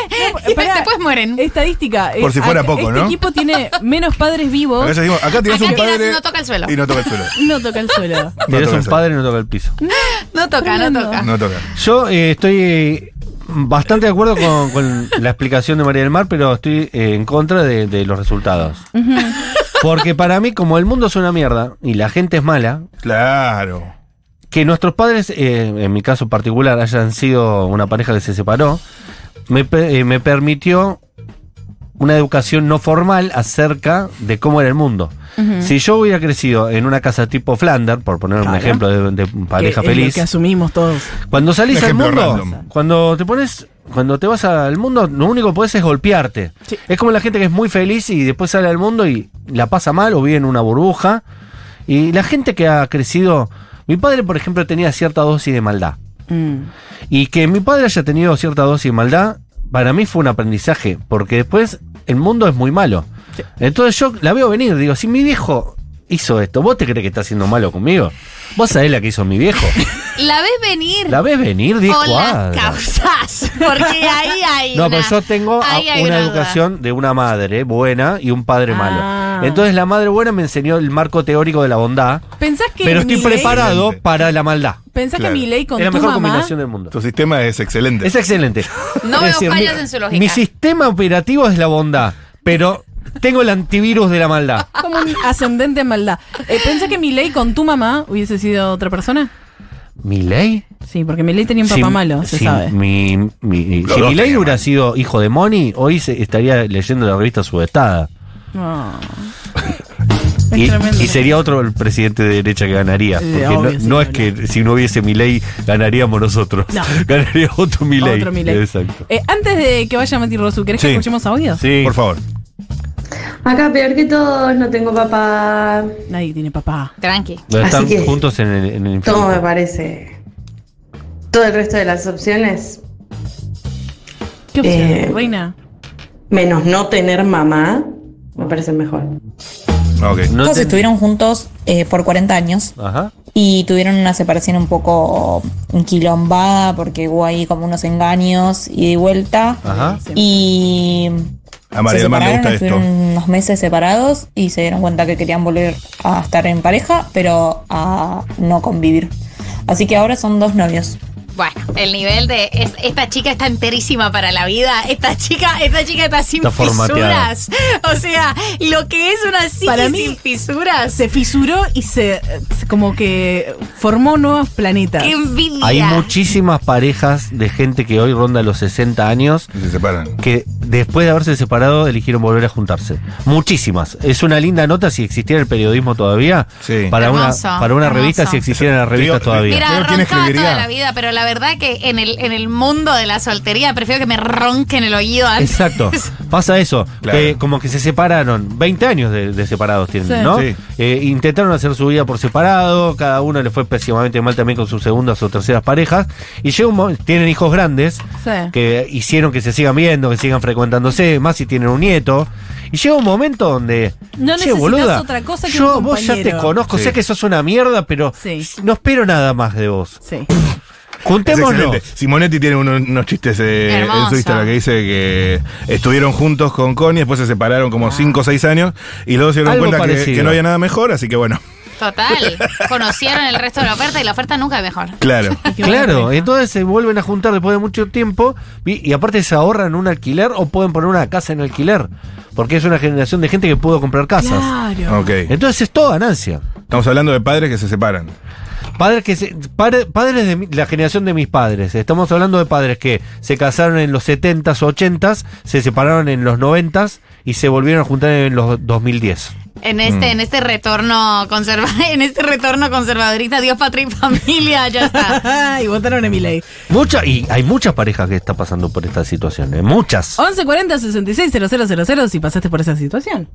Speaker 3: Y
Speaker 2: Pará,
Speaker 3: después mueren.
Speaker 2: Estadística.
Speaker 4: Por si fuera
Speaker 2: Ac-
Speaker 4: poco,
Speaker 2: este
Speaker 4: ¿no?
Speaker 2: equipo tiene menos padres vivos.
Speaker 4: Acá, ya digo, acá tirás
Speaker 3: Acá
Speaker 4: un
Speaker 3: tirás y
Speaker 4: padre
Speaker 3: no toca el suelo.
Speaker 4: Y no toca el suelo.
Speaker 2: No toca el suelo.
Speaker 4: No
Speaker 1: Tienes
Speaker 4: toca
Speaker 1: un
Speaker 4: el suelo.
Speaker 1: padre y no toca el piso.
Speaker 3: No toca, no
Speaker 2: Tremendo.
Speaker 3: toca.
Speaker 4: No toca.
Speaker 1: Yo eh, estoy eh, bastante de acuerdo con, con la explicación de María del Mar, pero estoy eh, en contra de, de los resultados. Porque para mí, como el mundo es una mierda y la gente es mala,
Speaker 4: Claro.
Speaker 1: que nuestros padres, eh, en mi caso particular, hayan sido una pareja que se separó, me, pe- eh, me permitió una educación no formal acerca de cómo era el mundo. Si yo hubiera crecido en una casa tipo Flanders, por poner un
Speaker 2: Claro.
Speaker 1: ejemplo de, de pareja
Speaker 2: que es lo
Speaker 1: feliz,
Speaker 2: que asumimos todos.
Speaker 1: cuando salís
Speaker 4: Un
Speaker 1: al
Speaker 4: ejemplo
Speaker 1: mundo,
Speaker 4: random.
Speaker 1: cuando te pones, cuando te vas al mundo, lo único que podés es golpearte.
Speaker 2: Sí.
Speaker 1: Es como la gente que es muy feliz y después sale al mundo y la pasa mal o vive en una burbuja. Y la gente que ha crecido, mi padre, por ejemplo, tenía cierta dosis de maldad.
Speaker 2: Mm.
Speaker 1: Y que mi padre haya tenido cierta dosis de maldad, para mí fue un aprendizaje, porque después el mundo es muy malo. Entonces yo la veo venir, digo, si mi viejo hizo esto, ¿vos te crees que está haciendo malo conmigo? Vos sabés la que hizo mi viejo.
Speaker 3: ¿La ves venir?
Speaker 1: La ves venir, 10
Speaker 3: o la
Speaker 1: cuadras.
Speaker 3: causás. Porque ahí hay.
Speaker 1: No,
Speaker 3: una-
Speaker 1: pero yo tengo a-
Speaker 3: ahí hay
Speaker 1: una
Speaker 3: duda.
Speaker 1: educación de una madre buena y un padre
Speaker 2: Ah.
Speaker 1: malo. Entonces la madre buena me enseñó el marco teórico de la bondad,
Speaker 2: ¿Pensás que
Speaker 1: pero estoy
Speaker 2: Milei-
Speaker 1: preparado
Speaker 4: Excelente.
Speaker 1: para la maldad.
Speaker 2: ¿Pensás
Speaker 4: Claro.
Speaker 2: que mi ley con
Speaker 1: Es la
Speaker 2: tu
Speaker 1: mejor
Speaker 2: mamá-
Speaker 1: combinación del mundo.
Speaker 4: Tu sistema es excelente.
Speaker 1: Es excelente.
Speaker 3: No
Speaker 1: Es
Speaker 3: veo fallas
Speaker 1: mi-
Speaker 3: en su lógica.
Speaker 1: Mi sistema operativo es la bondad, pero tengo el antivirus de la maldad.
Speaker 2: Como un ascendente en maldad. Eh, ¿Pensás que mi ley con tu mamá hubiese sido otra persona?
Speaker 1: ¿Mi ley?
Speaker 2: Sí, porque mi ley tenía un papá malo, se
Speaker 1: si
Speaker 2: sabe.
Speaker 1: Mi, mi,
Speaker 4: Los
Speaker 1: si
Speaker 4: dos
Speaker 1: mi ley
Speaker 4: tenían
Speaker 1: hubiera
Speaker 4: mal.
Speaker 1: sido hijo de Moni, hoy se- estaría leyendo la revista Subestada.
Speaker 2: No. Oh. Es
Speaker 1: Y,
Speaker 2: tremendo.
Speaker 1: y sería otro el presidente de derecha que ganaría.
Speaker 2: Eh,
Speaker 1: Porque
Speaker 2: obvio,
Speaker 1: no,
Speaker 2: sí,
Speaker 1: no es
Speaker 2: obvio.
Speaker 1: que si no hubiese mi ley, ganaríamos nosotros.
Speaker 2: No.
Speaker 1: Ganaría otro mi ley.
Speaker 2: Otro Milei.
Speaker 1: Exacto.
Speaker 2: Eh, antes de que vaya Mati Rosu, ¿querés que
Speaker 4: Sí.
Speaker 2: escuchemos audio?
Speaker 1: Sí.
Speaker 4: Por favor.
Speaker 6: Acá peor que todos, no tengo papá.
Speaker 2: Nadie tiene papá.
Speaker 3: Tranqui.
Speaker 1: Bueno,
Speaker 6: Así
Speaker 1: Están
Speaker 6: que-
Speaker 1: juntos en el, en el
Speaker 6: Todo
Speaker 1: infinito.
Speaker 6: me parece. Todo el resto de las opciones,
Speaker 2: ¿Qué opción,
Speaker 6: Eh.
Speaker 2: reina?
Speaker 6: menos no tener mamá, me parece mejor.
Speaker 4: Ok.
Speaker 1: No
Speaker 7: Todos
Speaker 1: te-
Speaker 7: estuvieron juntos eh, por 40 años
Speaker 1: Ajá.
Speaker 7: y tuvieron una separación un poco quilombada porque hubo ahí como unos engaños y de vuelta.
Speaker 1: Ajá.
Speaker 7: Y
Speaker 4: Ah. A María
Speaker 7: se
Speaker 4: del Mar le
Speaker 7: separaron,
Speaker 4: gusta
Speaker 7: estuvieron
Speaker 4: esto.
Speaker 7: unos meses separados y se dieron cuenta que querían volver a estar en pareja, pero a no convivir. Así que ahora son dos novios.
Speaker 3: Bueno, el nivel de es- esta chica está enterísima para la vida. Esta chica, esta chica está sin
Speaker 1: Está formateada.
Speaker 3: fisuras. O sea, lo que es una psique
Speaker 2: Para mí-
Speaker 3: sin fisuras.
Speaker 2: Se fisuró y se eh, como que formó nuevos planetas.
Speaker 3: Qué envidia.
Speaker 1: Hay muchísimas parejas de gente que hoy ronda los 60 años
Speaker 4: Y Se separan.
Speaker 1: que después de haberse separado eligieron volver a juntarse. Muchísimas. Es una linda nota si existiera el periodismo todavía.
Speaker 4: Sí.
Speaker 1: Para
Speaker 3: Hermoso,
Speaker 1: una, para una
Speaker 3: hermoso.
Speaker 1: revista, si existieran las
Speaker 4: Te
Speaker 1: revistas
Speaker 4: digo-
Speaker 1: todavía.
Speaker 3: Mira,
Speaker 4: Creo que
Speaker 3: roncaba
Speaker 4: escribiría.
Speaker 3: toda la vida, pero la verdad que en el, en el mundo de la soltería prefiero que me ronquen el oído antes.
Speaker 1: Exacto. Pasa eso.
Speaker 4: Claro.
Speaker 1: que como que se separaron. 20 años de, de separados tienen,
Speaker 2: Sí.
Speaker 1: ¿no?
Speaker 4: Sí.
Speaker 1: Eh, intentaron hacer su vida por separado. Cada uno le fue pésimamente mal también con sus segundas o terceras parejas. Y llega un mo- Tienen hijos grandes
Speaker 2: Sí.
Speaker 1: que hicieron que se sigan viendo, que sigan frecuentándose. Más si tienen un nieto. Y llega un momento donde.
Speaker 2: No
Speaker 1: "Che,
Speaker 2: necesitas
Speaker 1: boluda,
Speaker 2: otra cosa que
Speaker 1: yo,
Speaker 2: un
Speaker 1: Vos ya te
Speaker 2: compañero".
Speaker 1: conozco.
Speaker 4: Sí.
Speaker 1: Sé que sos una mierda, pero
Speaker 2: Sí.
Speaker 1: no espero nada más de vos.
Speaker 2: Sí.
Speaker 4: Es
Speaker 1: Juntémonos.
Speaker 4: excelente. Simonetti tiene uno- unos chistes eh, en
Speaker 3: Hermoso.
Speaker 4: su Instagram que dice que estuvieron juntos con Connie, después se separaron como 5 o 6 años y luego se dieron
Speaker 1: Algo
Speaker 4: cuenta que,
Speaker 1: parecido.
Speaker 4: que no había nada mejor, así que bueno,
Speaker 3: Total. Conocieron el resto de la oferta y la oferta nunca es mejor.
Speaker 4: claro.
Speaker 2: Qué buena
Speaker 1: Claro,
Speaker 2: pareja.
Speaker 1: entonces se vuelven a juntar después de mucho tiempo y, y aparte se ahorran un alquiler o pueden poner una casa en alquiler, porque es una generación de gente que pudo comprar casas.
Speaker 2: Claro.
Speaker 4: Ok.
Speaker 1: Entonces es todo ganancia.
Speaker 4: Estamos hablando de padres que se separan.
Speaker 1: Padres que se- padre- padres de mi- la generación de mis padres. Estamos hablando de padres que se casaron en los 70s, 80s, se separaron en los 90s y se volvieron a juntar en los 2010.
Speaker 3: En
Speaker 4: Mm.
Speaker 3: este, en este retorno conserva, en este retorno conservadorista, Dios, patria y familia, ya está.
Speaker 2: y votaron a mi ley.
Speaker 1: Mucha, y hay muchas parejas que están pasando por esta situación, ¿eh? muchas.
Speaker 2: 1140 66 000 si pasaste por esa situación.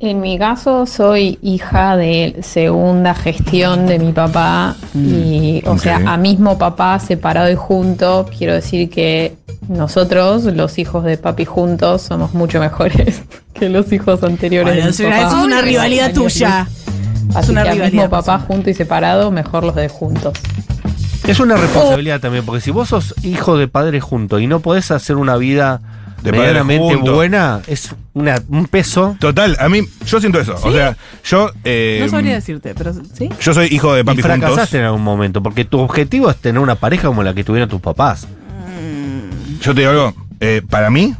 Speaker 8: En mi caso, soy hija de segunda gestión de mi papá.
Speaker 1: Mm,
Speaker 8: y, o
Speaker 4: ok.
Speaker 8: sea, a mismo papá separado y junto. Quiero decir que nosotros, los hijos de papi juntos, somos mucho mejores que los hijos anteriores.
Speaker 2: Bueno,
Speaker 8: de mi
Speaker 2: es una-
Speaker 8: papá.
Speaker 2: eso es una
Speaker 8: Años
Speaker 2: rivalidad
Speaker 8: luz.
Speaker 2: tuya.
Speaker 8: Así
Speaker 2: una
Speaker 8: que a
Speaker 2: rivalidad,
Speaker 8: mismo papá junto y separado, mejor los de juntos.
Speaker 1: Es una responsabilidad también, porque si vos sos hijo de padres juntos y no podés hacer una vida
Speaker 4: De padres
Speaker 1: verdaderamente
Speaker 4: juntos.
Speaker 1: buena, es una, un peso.
Speaker 4: Total, a mí, yo siento eso. O sea, yo. eh,
Speaker 2: No
Speaker 1: Em.
Speaker 2: sabría decirte, pero sí.
Speaker 4: Yo soy hijo de
Speaker 1: y
Speaker 4: papi
Speaker 1: fracasaste
Speaker 4: juntos.
Speaker 1: en algún momento, porque tu objetivo es tener una pareja como la que tuvieron tus papás.
Speaker 4: Yo te digo algo, eh, para mí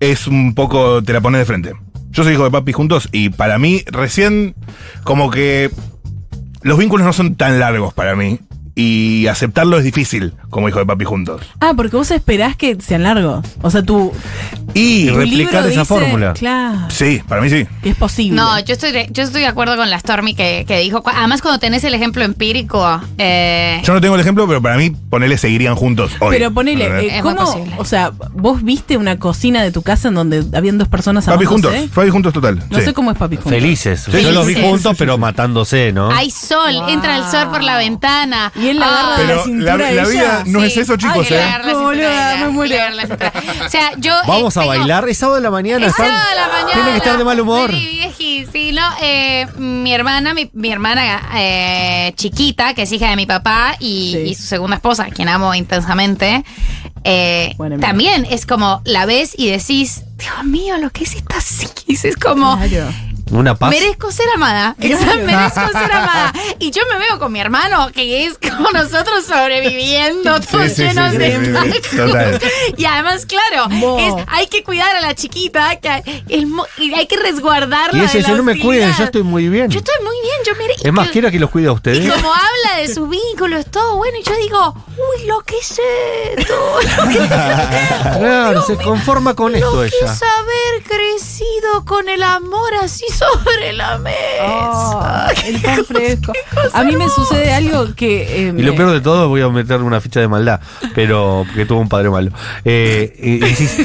Speaker 4: es un poco, te la pones de frente. Yo soy hijo de papi juntos y para mí recién como que los vínculos no son tan largos para mí y aceptarlo es difícil como hijo de papi juntos.
Speaker 2: Ah, porque vos esperás que sean largos. O sea, tú.
Speaker 4: Y
Speaker 1: Y
Speaker 2: tu
Speaker 1: replicar
Speaker 2: libro
Speaker 1: esa
Speaker 2: dice,
Speaker 1: fórmula.
Speaker 2: Claro,
Speaker 4: sí, para mí sí.
Speaker 2: que es posible.
Speaker 3: No, yo estoy, de- yo estoy de acuerdo con la Stormy que, que dijo. Cu- Además, cuando tenés el ejemplo empírico, eh,
Speaker 4: Yo no tengo el ejemplo, pero para mí ponele seguirían juntos hoy.
Speaker 2: Pero ponele, eh,
Speaker 3: Es muy
Speaker 2: ¿cómo?
Speaker 3: posible.
Speaker 2: O sea, vos viste una cocina de tu casa en donde habían dos personas
Speaker 4: papi
Speaker 2: amándose?
Speaker 4: juntos, papi juntos total.
Speaker 2: ¿eh? No
Speaker 4: sí.
Speaker 2: sé cómo es papi juntos.
Speaker 1: Felices.
Speaker 4: Sí,
Speaker 1: Yo los vi
Speaker 3: sí, sí,
Speaker 1: juntos, pero matándose, ¿no?
Speaker 3: hay sol,
Speaker 2: Wow.
Speaker 3: entra el sol por la ventana. Ah,
Speaker 2: Y él la agarra de
Speaker 4: pero
Speaker 2: cintura
Speaker 4: la,
Speaker 2: de
Speaker 4: la
Speaker 2: ella.
Speaker 4: vida no es
Speaker 3: Sí.
Speaker 4: eso, chicos.
Speaker 3: Hay que
Speaker 4: ¿eh?
Speaker 3: agarrar la
Speaker 2: No,
Speaker 3: cintura de
Speaker 2: boluda,
Speaker 3: ella,
Speaker 2: me muero.
Speaker 3: hay que agarrar la cintura. O sea, yo. eh,
Speaker 1: Vamos a
Speaker 3: tengo-
Speaker 1: bailar. Es sábado de la mañana.
Speaker 3: Es
Speaker 1: Sam.
Speaker 3: sábado de la mañana.
Speaker 1: Tiene que estar de mal humor.
Speaker 3: Sí, vieji, sí, no, eh, mi hermana, mi, mi hermana eh, chiquita, que es hija de mi papá y,
Speaker 2: Sí.
Speaker 3: y su segunda esposa, a quien amo intensamente, eh,
Speaker 2: Bueno, mira.
Speaker 3: también es como la ves y decís, Dios mío, lo que es esta psiquis, es como...
Speaker 2: Claro.
Speaker 1: Una paz.
Speaker 3: Merezco ser amada. Esa- merezco ser amada. Y yo me veo con mi hermano, que es como nosotros sobreviviendo, todos
Speaker 4: Sí, sí,
Speaker 3: llenos
Speaker 4: sí, sí, sí,
Speaker 3: de
Speaker 4: sí, total.
Speaker 3: Y además, claro,
Speaker 2: Mo.
Speaker 3: es- hay que cuidar a la chiquita, que el mo- y hay que resguardarla.
Speaker 1: Y
Speaker 3: de
Speaker 1: ella dice,
Speaker 3: la
Speaker 1: no me
Speaker 3: hostilidad".
Speaker 1: cuiden, yo estoy muy bien.
Speaker 3: Yo estoy muy bien, yo merezco.
Speaker 1: Es más, quiero que los cuide a ustedes.
Speaker 3: Y como habla de sus vínculos, todo bueno, y yo digo, uy, lo que es esto, lo que
Speaker 1: Claro, se conforma con
Speaker 3: lo
Speaker 1: esto
Speaker 3: que
Speaker 1: ella.
Speaker 3: es haber crecido con el amor así sobre la mesa.
Speaker 2: Ah, el pan fresco. A mí me sucede algo que. eh,
Speaker 1: Y lo peor de todo, voy a meter una ficha de maldad, pero que tuvo un padre malo. Eh, y- y decís,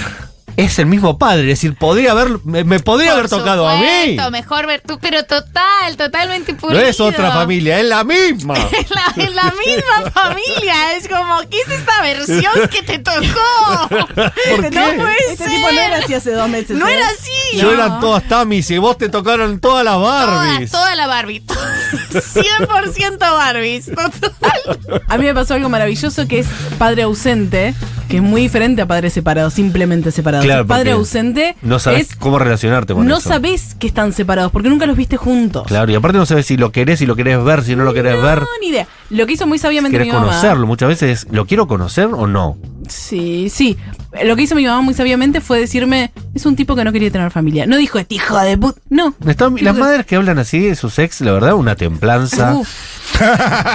Speaker 1: es el mismo padre, es decir, podría haber, me, me podría haber
Speaker 3: Por
Speaker 1: tocado a mí.
Speaker 3: supuesto, Mejor ver tú, pero total, totalmente
Speaker 1: No
Speaker 3: pulido.
Speaker 1: es otra familia, es la misma.
Speaker 3: Es la, es la misma familia. Es como, ¿qué es esta versión que te tocó?
Speaker 1: ¿Por
Speaker 2: Este no
Speaker 1: qué?
Speaker 2: puede Este
Speaker 3: ser.
Speaker 2: tipo no era así hace dos meses.
Speaker 3: No
Speaker 2: ¿eh?
Speaker 3: era así.
Speaker 1: Yo eran todas Tamis y vos te tocaron todas las
Speaker 3: Toda,
Speaker 1: Barbies.
Speaker 3: toda la Barbie. 100% Barbies. Total.
Speaker 2: A mí me pasó algo maravilloso que es padre ausente, que es muy diferente a padre separado, simplemente separado.
Speaker 1: Claro,
Speaker 2: padre
Speaker 1: porque
Speaker 2: ausente
Speaker 1: No sabés
Speaker 2: es.
Speaker 1: cómo relacionarte con
Speaker 2: No
Speaker 1: eso.
Speaker 2: sabés que están separados porque nunca los viste juntos.
Speaker 1: Claro, y aparte no sabes si lo querés, si lo querés ver, si no lo querés ver.
Speaker 2: No, ni idea. Lo que hizo muy sabiamente mi
Speaker 1: Querés
Speaker 2: mamá.
Speaker 1: conocerlo. Muchas veces, ¿lo quiero conocer o no?
Speaker 2: Sí, sí. Lo que hizo mi mamá muy sabiamente fue decirme, es un tipo que no quería tener familia. No dijo, este hijo de put... No.
Speaker 1: Están-
Speaker 2: Tipo
Speaker 1: las
Speaker 2: que-
Speaker 1: madres que hablan así de sus ex, la verdad, una templanza.
Speaker 2: Uf,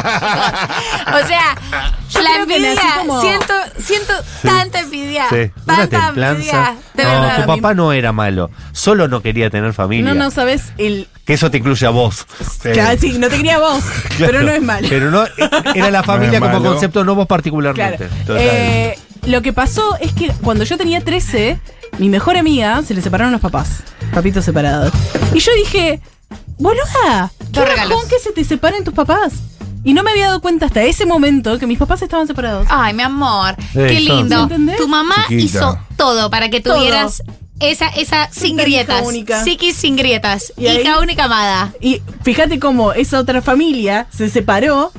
Speaker 3: O sea,
Speaker 2: Yo
Speaker 3: la
Speaker 2: creo que nací
Speaker 3: envidia.
Speaker 2: como-
Speaker 3: Siento, siento tanta envidia.
Speaker 1: Sí, una
Speaker 3: Tanta
Speaker 1: templanza.
Speaker 3: envidia. De
Speaker 1: no,
Speaker 3: verdad.
Speaker 1: tu papá no era malo, solo no quería tener
Speaker 2: no,
Speaker 1: familia.
Speaker 2: no sabes el...
Speaker 1: Que eso te incluye a vos.
Speaker 2: Claro, sí, no te quería vos, pero no es malo.
Speaker 1: Pero no, era la familia
Speaker 4: No es
Speaker 1: como
Speaker 4: malo.
Speaker 1: concepto, no vos particularmente.
Speaker 2: Claro. Eh, lo que pasó es que cuando yo tenía 13, mi mejor amiga se le separaron los papás, papitos separados. Y yo dije, boluda, ¿qué
Speaker 3: Dos regalos.
Speaker 2: bajón que se te separen tus papás? Y no me había dado cuenta hasta ese momento que mis papás estaban separados.
Speaker 3: Ay, mi amor,
Speaker 1: Sí,
Speaker 3: qué
Speaker 1: son-
Speaker 3: lindo.
Speaker 2: ¿Entendés?
Speaker 3: Tu mamá
Speaker 4: Chiquita.
Speaker 3: hizo todo para que
Speaker 2: Todo.
Speaker 3: tuvieras esa, esa sin
Speaker 2: Una hija
Speaker 3: grietas.
Speaker 2: única.
Speaker 3: Psiquis sin grietas.
Speaker 2: Y ahí-
Speaker 3: hija única amada.
Speaker 2: Y fíjate cómo esa otra familia se separó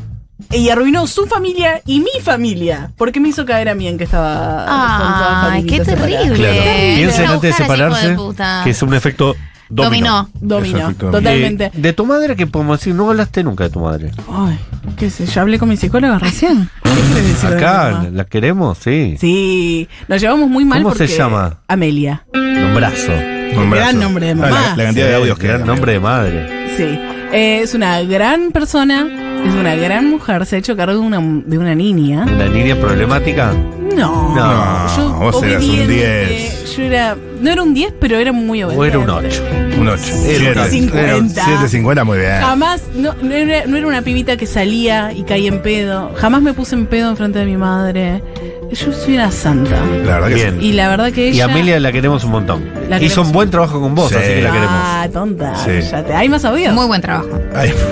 Speaker 2: y arruinó su familia y mi familia. Porque me hizo caer a mí en que estaba. estaba
Speaker 3: Ay,
Speaker 2: familia
Speaker 3: qué
Speaker 2: separada.
Speaker 3: terrible.
Speaker 1: Claro.
Speaker 2: eh,
Speaker 3: Terrible.
Speaker 1: Piensen
Speaker 3: Pero
Speaker 1: antes
Speaker 3: buscar a ese
Speaker 1: de
Speaker 3: hijo de
Speaker 1: separarse,
Speaker 3: puta.
Speaker 1: que es un efecto dominó. Eh,
Speaker 3: Dominó.
Speaker 2: Dominó,
Speaker 4: Perfecto.
Speaker 2: totalmente.
Speaker 1: De, de tu madre, que podemos decir, no hablaste nunca de tu madre.
Speaker 2: Ay, qué sé, yo hablé con mi psicóloga recién. ¿Qué querés decir de mi
Speaker 1: Acá,
Speaker 2: mamá?
Speaker 1: la queremos, sí.
Speaker 2: Sí, nos llevamos muy mal
Speaker 1: ¿Cómo se
Speaker 2: porque...
Speaker 1: llama?
Speaker 2: Amelia.
Speaker 1: Un brazo.
Speaker 4: Un brazo.
Speaker 2: Gran nombre de
Speaker 4: No, la-
Speaker 2: mamá.
Speaker 4: La, cantidad de audios que
Speaker 1: Gran nombre de madre.
Speaker 2: Sí. Eh, es una gran persona, es una gran mujer, se ha hecho cargo de una, de una niña.
Speaker 1: Una niña problemática.
Speaker 2: No.
Speaker 4: No,
Speaker 2: yo
Speaker 4: Ah, vos eras un
Speaker 2: obediente,
Speaker 4: 10.
Speaker 2: eh, Yo era. No era un 10, pero era muy obediente.
Speaker 1: O era un 8.
Speaker 4: Un 8.
Speaker 2: Era un 50.
Speaker 4: 750, muy bien.
Speaker 2: Jamás, no, no era, no era una pibita que salía y caía en pedo. Jamás me puse en pedo enfrente de mi madre. Yo soy una santa.
Speaker 4: La verdad que
Speaker 1: Bien.
Speaker 4: sí.
Speaker 2: Y la verdad que ella.
Speaker 1: Y a Amelia la queremos un montón.
Speaker 2: La
Speaker 1: Hizo
Speaker 2: queremos
Speaker 1: un buen trabajo con vos,
Speaker 4: Sí.
Speaker 1: así que la queremos.
Speaker 2: Ah, tonta.
Speaker 4: Sí.
Speaker 2: Ya te, ¿Hay más audios?
Speaker 3: Muy buen trabajo.
Speaker 4: Ay,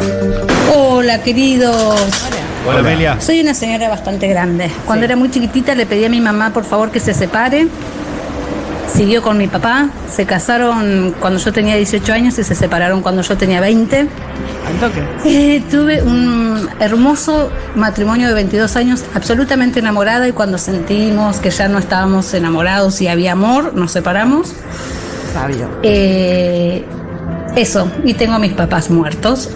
Speaker 9: Hola queridos,
Speaker 1: Hola, Amelia.
Speaker 9: soy una señora bastante grande. Cuando era muy chiquitita le pedí a mi mamá por favor que se separe. Siguió con mi papá, se casaron cuando yo tenía 18 años y se separaron cuando yo tenía 20.
Speaker 2: Al toque.
Speaker 9: Eh, tuve un hermoso matrimonio de 22 años, absolutamente enamorada y cuando sentimos que ya no estábamos enamorados y había amor, nos separamos.
Speaker 2: Sabio.
Speaker 9: Eh, eso, y tengo a mis papás muertos.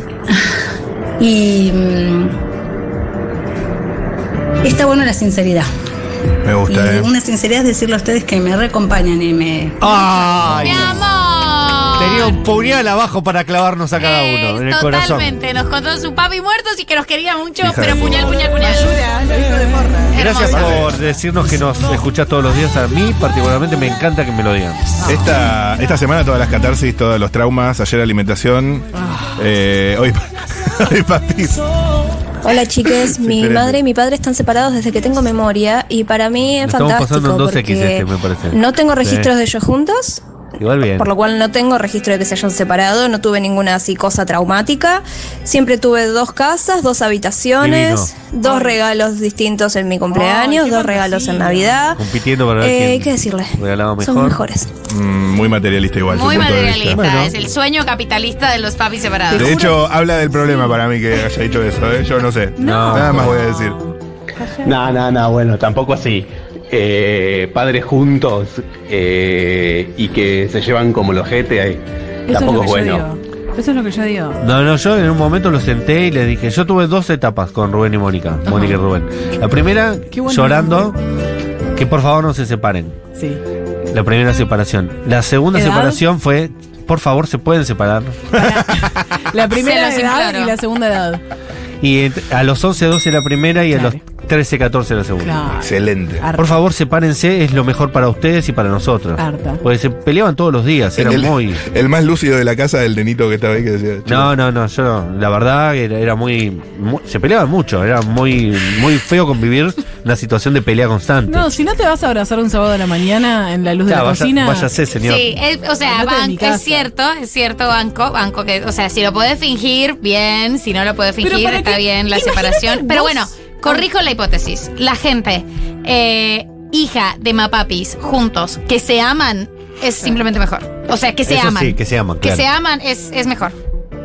Speaker 9: y mm, está bueno la sinceridad.
Speaker 4: me
Speaker 9: Y
Speaker 4: gusta, ¿eh?
Speaker 9: una sinceridad es decirle a ustedes que me recompañan y me...
Speaker 1: ¡Ay!
Speaker 3: ¡Mi amor!
Speaker 1: Tenía un puñal abajo para clavarnos a cada uno en el corazón.
Speaker 3: Totalmente, nos contó su papi muertos y que nos quería mucho,
Speaker 4: Hija
Speaker 3: pero
Speaker 4: de
Speaker 3: puñal, puñal, puñal.
Speaker 2: ¿eh?
Speaker 1: Gracias
Speaker 3: Hermoso.
Speaker 1: por decirnos que nos escuchás todos los días. A mí, particularmente, me encanta que me lo digan.
Speaker 4: Esta, esta semana todas las catarsis, todos los traumas, ayer alimentación, eh, hoy, hoy papis.
Speaker 10: Hola chiques, mi
Speaker 4: Diferente.
Speaker 10: madre y mi padre están separados desde que tengo memoria y para mí es
Speaker 1: Lo estamos
Speaker 10: fantástico
Speaker 1: pasando en 2X
Speaker 10: porque
Speaker 1: este, me parece.
Speaker 10: no tengo
Speaker 1: Sí.
Speaker 10: registros de ellos juntos,
Speaker 1: Igual bien.
Speaker 10: por lo cual no tengo registro de que se hayan separado, no tuve ninguna así cosa traumática, siempre tuve dos casas, dos habitaciones, dos regalos distintos en mi cumpleaños,
Speaker 2: Ay, qué
Speaker 10: dos regalos en
Speaker 2: fantasía.
Speaker 10: Navidad.
Speaker 1: Compitiendo para ver
Speaker 10: Eh,
Speaker 1: quién
Speaker 10: ¿Qué decirle?
Speaker 1: regalaba mejor.
Speaker 10: Son mejores.
Speaker 4: Mm, muy materialista igual. su
Speaker 3: Muy
Speaker 4: punto de
Speaker 3: materialista,
Speaker 4: vista.
Speaker 3: es el sueño capitalista de los papis separados.
Speaker 4: De hecho, habla del problema para mí que haya dicho eso, ¿eh? Yo no sé.
Speaker 1: No.
Speaker 4: Nada más voy a decir.
Speaker 11: No, no, no, bueno, tampoco así. Eh, padres juntos eh, y que se llevan como los jetes, eh,
Speaker 2: Eso
Speaker 11: tampoco es
Speaker 2: es lo que
Speaker 11: bueno.
Speaker 2: yo digo. Eso es lo que yo digo.
Speaker 1: No, no, yo en un momento lo senté y le dije, yo tuve dos etapas con Rubén y Mónica, Mónica y Rubén. La primera,
Speaker 2: Qué bueno.
Speaker 1: llorando, que por favor no se separen.
Speaker 2: Sí.
Speaker 1: La primera separación. La segunda
Speaker 2: ¿Edad?
Speaker 1: separación fue, por favor, se pueden separar.
Speaker 2: La primera
Speaker 3: Se los
Speaker 2: edad
Speaker 3: aclaro.
Speaker 2: y la segunda edad.
Speaker 1: Y ent- a los 11, 12 la primera y a
Speaker 2: Claro.
Speaker 1: los 13, 14 la segunda.
Speaker 2: Claro.
Speaker 4: Excelente.
Speaker 2: Ar-
Speaker 1: Por favor, sepárense, es lo mejor para ustedes y para nosotros.
Speaker 2: Harta.
Speaker 1: Porque se peleaban todos los días, era
Speaker 4: el,
Speaker 1: muy...
Speaker 4: el más lúcido de la casa del nenito que estaba ahí que decía.
Speaker 1: No, no, no, yo no. La verdad era, era muy, mu- Se peleaban mucho, era muy muy feo convivir una situación de pelea constante.
Speaker 2: No, si no te vas a abrazar un sábado a la mañana en la luz
Speaker 1: Ya,
Speaker 2: de la
Speaker 1: vaya-
Speaker 2: cocina.
Speaker 1: váyase, señor.
Speaker 3: Sí, es- o sea,
Speaker 2: Andate de
Speaker 3: ban-
Speaker 2: mi casa.
Speaker 3: es cierto, es cierto, banco, banco que, o sea, si lo puedes fingir, bien, si no lo puedes
Speaker 2: Pero
Speaker 3: fingir,
Speaker 2: ¿para
Speaker 3: está
Speaker 2: qué?
Speaker 3: bien la
Speaker 2: Imagínate
Speaker 3: separación. Pero
Speaker 2: vos-
Speaker 3: bueno, corrijo la hipótesis. La gente, eh, hija de mapapis, juntos, que se aman, es simplemente mejor. O sea, que se
Speaker 1: Eso
Speaker 3: aman.
Speaker 1: sí, que se aman,
Speaker 3: Que
Speaker 1: claro.
Speaker 3: se aman es, es mejor.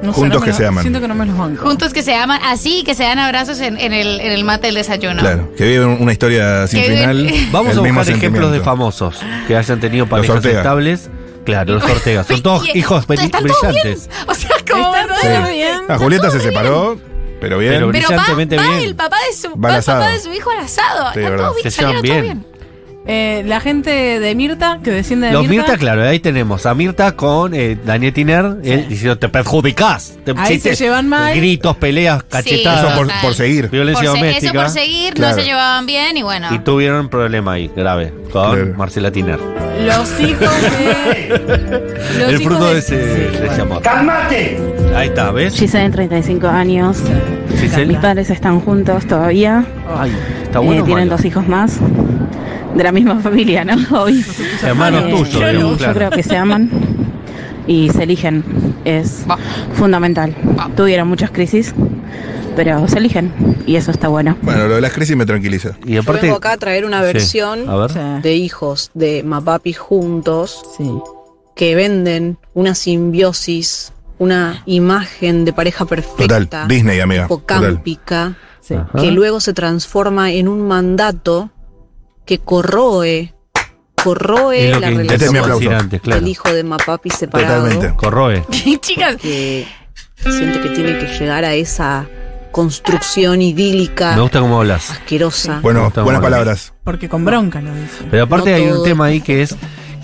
Speaker 2: No sé, no
Speaker 4: Juntos
Speaker 2: me
Speaker 4: que
Speaker 2: lo-
Speaker 4: se aman.
Speaker 2: Siento que no me los banco.
Speaker 3: Juntos que se aman, así que se dan abrazos en, en el, en el mate del desayuno.
Speaker 4: Claro, que vive una historia sin
Speaker 3: Que vive-
Speaker 4: final.
Speaker 1: Vamos
Speaker 4: el
Speaker 1: a
Speaker 4: mismo
Speaker 1: buscar ejemplos de
Speaker 4: sentimiento.
Speaker 1: famosos que hayan tenido parejas
Speaker 4: Ortega.
Speaker 1: estables. Claro, los Ortega. Son todos
Speaker 3: Y-
Speaker 1: hijos bri-
Speaker 3: están todos
Speaker 1: brillantes.
Speaker 3: bien. O sea, como
Speaker 2: Está
Speaker 3: verdad-
Speaker 2: todo bien.
Speaker 4: Ah, Julieta se separó, pero bien.
Speaker 1: Pero-
Speaker 3: Pero va,
Speaker 1: Brillantemente
Speaker 3: va
Speaker 1: bien.
Speaker 3: el papá de su
Speaker 4: Va
Speaker 3: va
Speaker 4: al
Speaker 3: el papá
Speaker 4: asado.
Speaker 3: de su hijo al asado.
Speaker 4: Sí,
Speaker 3: Está
Speaker 4: verdad.
Speaker 3: todo bien,
Speaker 1: Se llevan
Speaker 3: salieron todo
Speaker 1: bien.
Speaker 3: bien.
Speaker 2: Eh, la gente de Mirta, que desciende de
Speaker 1: Los
Speaker 2: Mirta.
Speaker 1: Mirta, claro, ahí tenemos a Mirta con eh, Daniel Tiner eh, diciendo te perjudicás. Te,
Speaker 2: Ahí se llevan mal.
Speaker 1: Gritos, peleas,
Speaker 4: Eso
Speaker 1: cachetadas,
Speaker 4: por,
Speaker 3: Total.
Speaker 4: por seguir.
Speaker 1: violencia
Speaker 3: Por se- eso
Speaker 1: doméstica.
Speaker 3: por seguir,
Speaker 4: Claro.
Speaker 3: no se llevaban bien y bueno.
Speaker 9: Ah.
Speaker 1: y tuvieron un problema ahí grave con
Speaker 4: Claro.
Speaker 1: Marcela Tiner.
Speaker 2: Los hijos de. los
Speaker 1: el
Speaker 2: hijos
Speaker 1: fruto de ese,
Speaker 2: sí,
Speaker 1: de ese
Speaker 2: bueno.
Speaker 1: amor. Ahí está, ¿ves?
Speaker 9: Giselle, 35 años.
Speaker 1: Giselle.
Speaker 9: Mis padres están juntos todavía.
Speaker 1: Ay, está bueno.
Speaker 9: Eh,
Speaker 1: o
Speaker 9: tienen
Speaker 1: malo?
Speaker 9: dos hijos más. De la misma familia, ¿no? Obvio.
Speaker 1: Hermanos
Speaker 9: Eh,
Speaker 1: tuyos,
Speaker 9: yo
Speaker 1: digamos,
Speaker 9: no, Yo
Speaker 1: claro.
Speaker 9: creo que se aman y se eligen. Es
Speaker 3: Va.
Speaker 9: fundamental.
Speaker 3: Va.
Speaker 9: Tuvieron muchas crisis, pero se eligen y eso está bueno.
Speaker 4: Bueno, lo de las crisis me tranquiliza.
Speaker 1: Y aparte.
Speaker 7: vengo acá a traer una
Speaker 1: Sí, Ah.
Speaker 7: versión
Speaker 1: A ver.
Speaker 2: Sí.
Speaker 7: de hijos de Mapapi juntos
Speaker 2: Sí.
Speaker 7: que venden una simbiosis, una imagen de pareja
Speaker 4: Total,
Speaker 7: perfecta,
Speaker 4: Disney, amiga. Total.
Speaker 7: hipocámpica,
Speaker 2: sí.
Speaker 1: Ajá.
Speaker 7: que luego se transforma en un mandato que corroe, corroe
Speaker 1: Es lo
Speaker 7: la
Speaker 1: que
Speaker 7: relación
Speaker 4: Este es mi
Speaker 1: intentamos
Speaker 4: aplauso.
Speaker 1: decir antes, claro.
Speaker 7: del hijo de Mapapi separado.
Speaker 4: Totalmente.
Speaker 1: Corroe.
Speaker 3: Chicas,
Speaker 7: que siente que tiene que llegar a esa construcción idílica,
Speaker 1: Me gusta cómo hablas.
Speaker 7: asquerosa.
Speaker 4: Bueno,
Speaker 1: Está
Speaker 4: buenas
Speaker 1: bueno.
Speaker 4: palabras.
Speaker 2: Porque con bronca lo dice.
Speaker 1: Pero aparte
Speaker 7: No
Speaker 1: hay un
Speaker 7: todo.
Speaker 1: tema ahí que es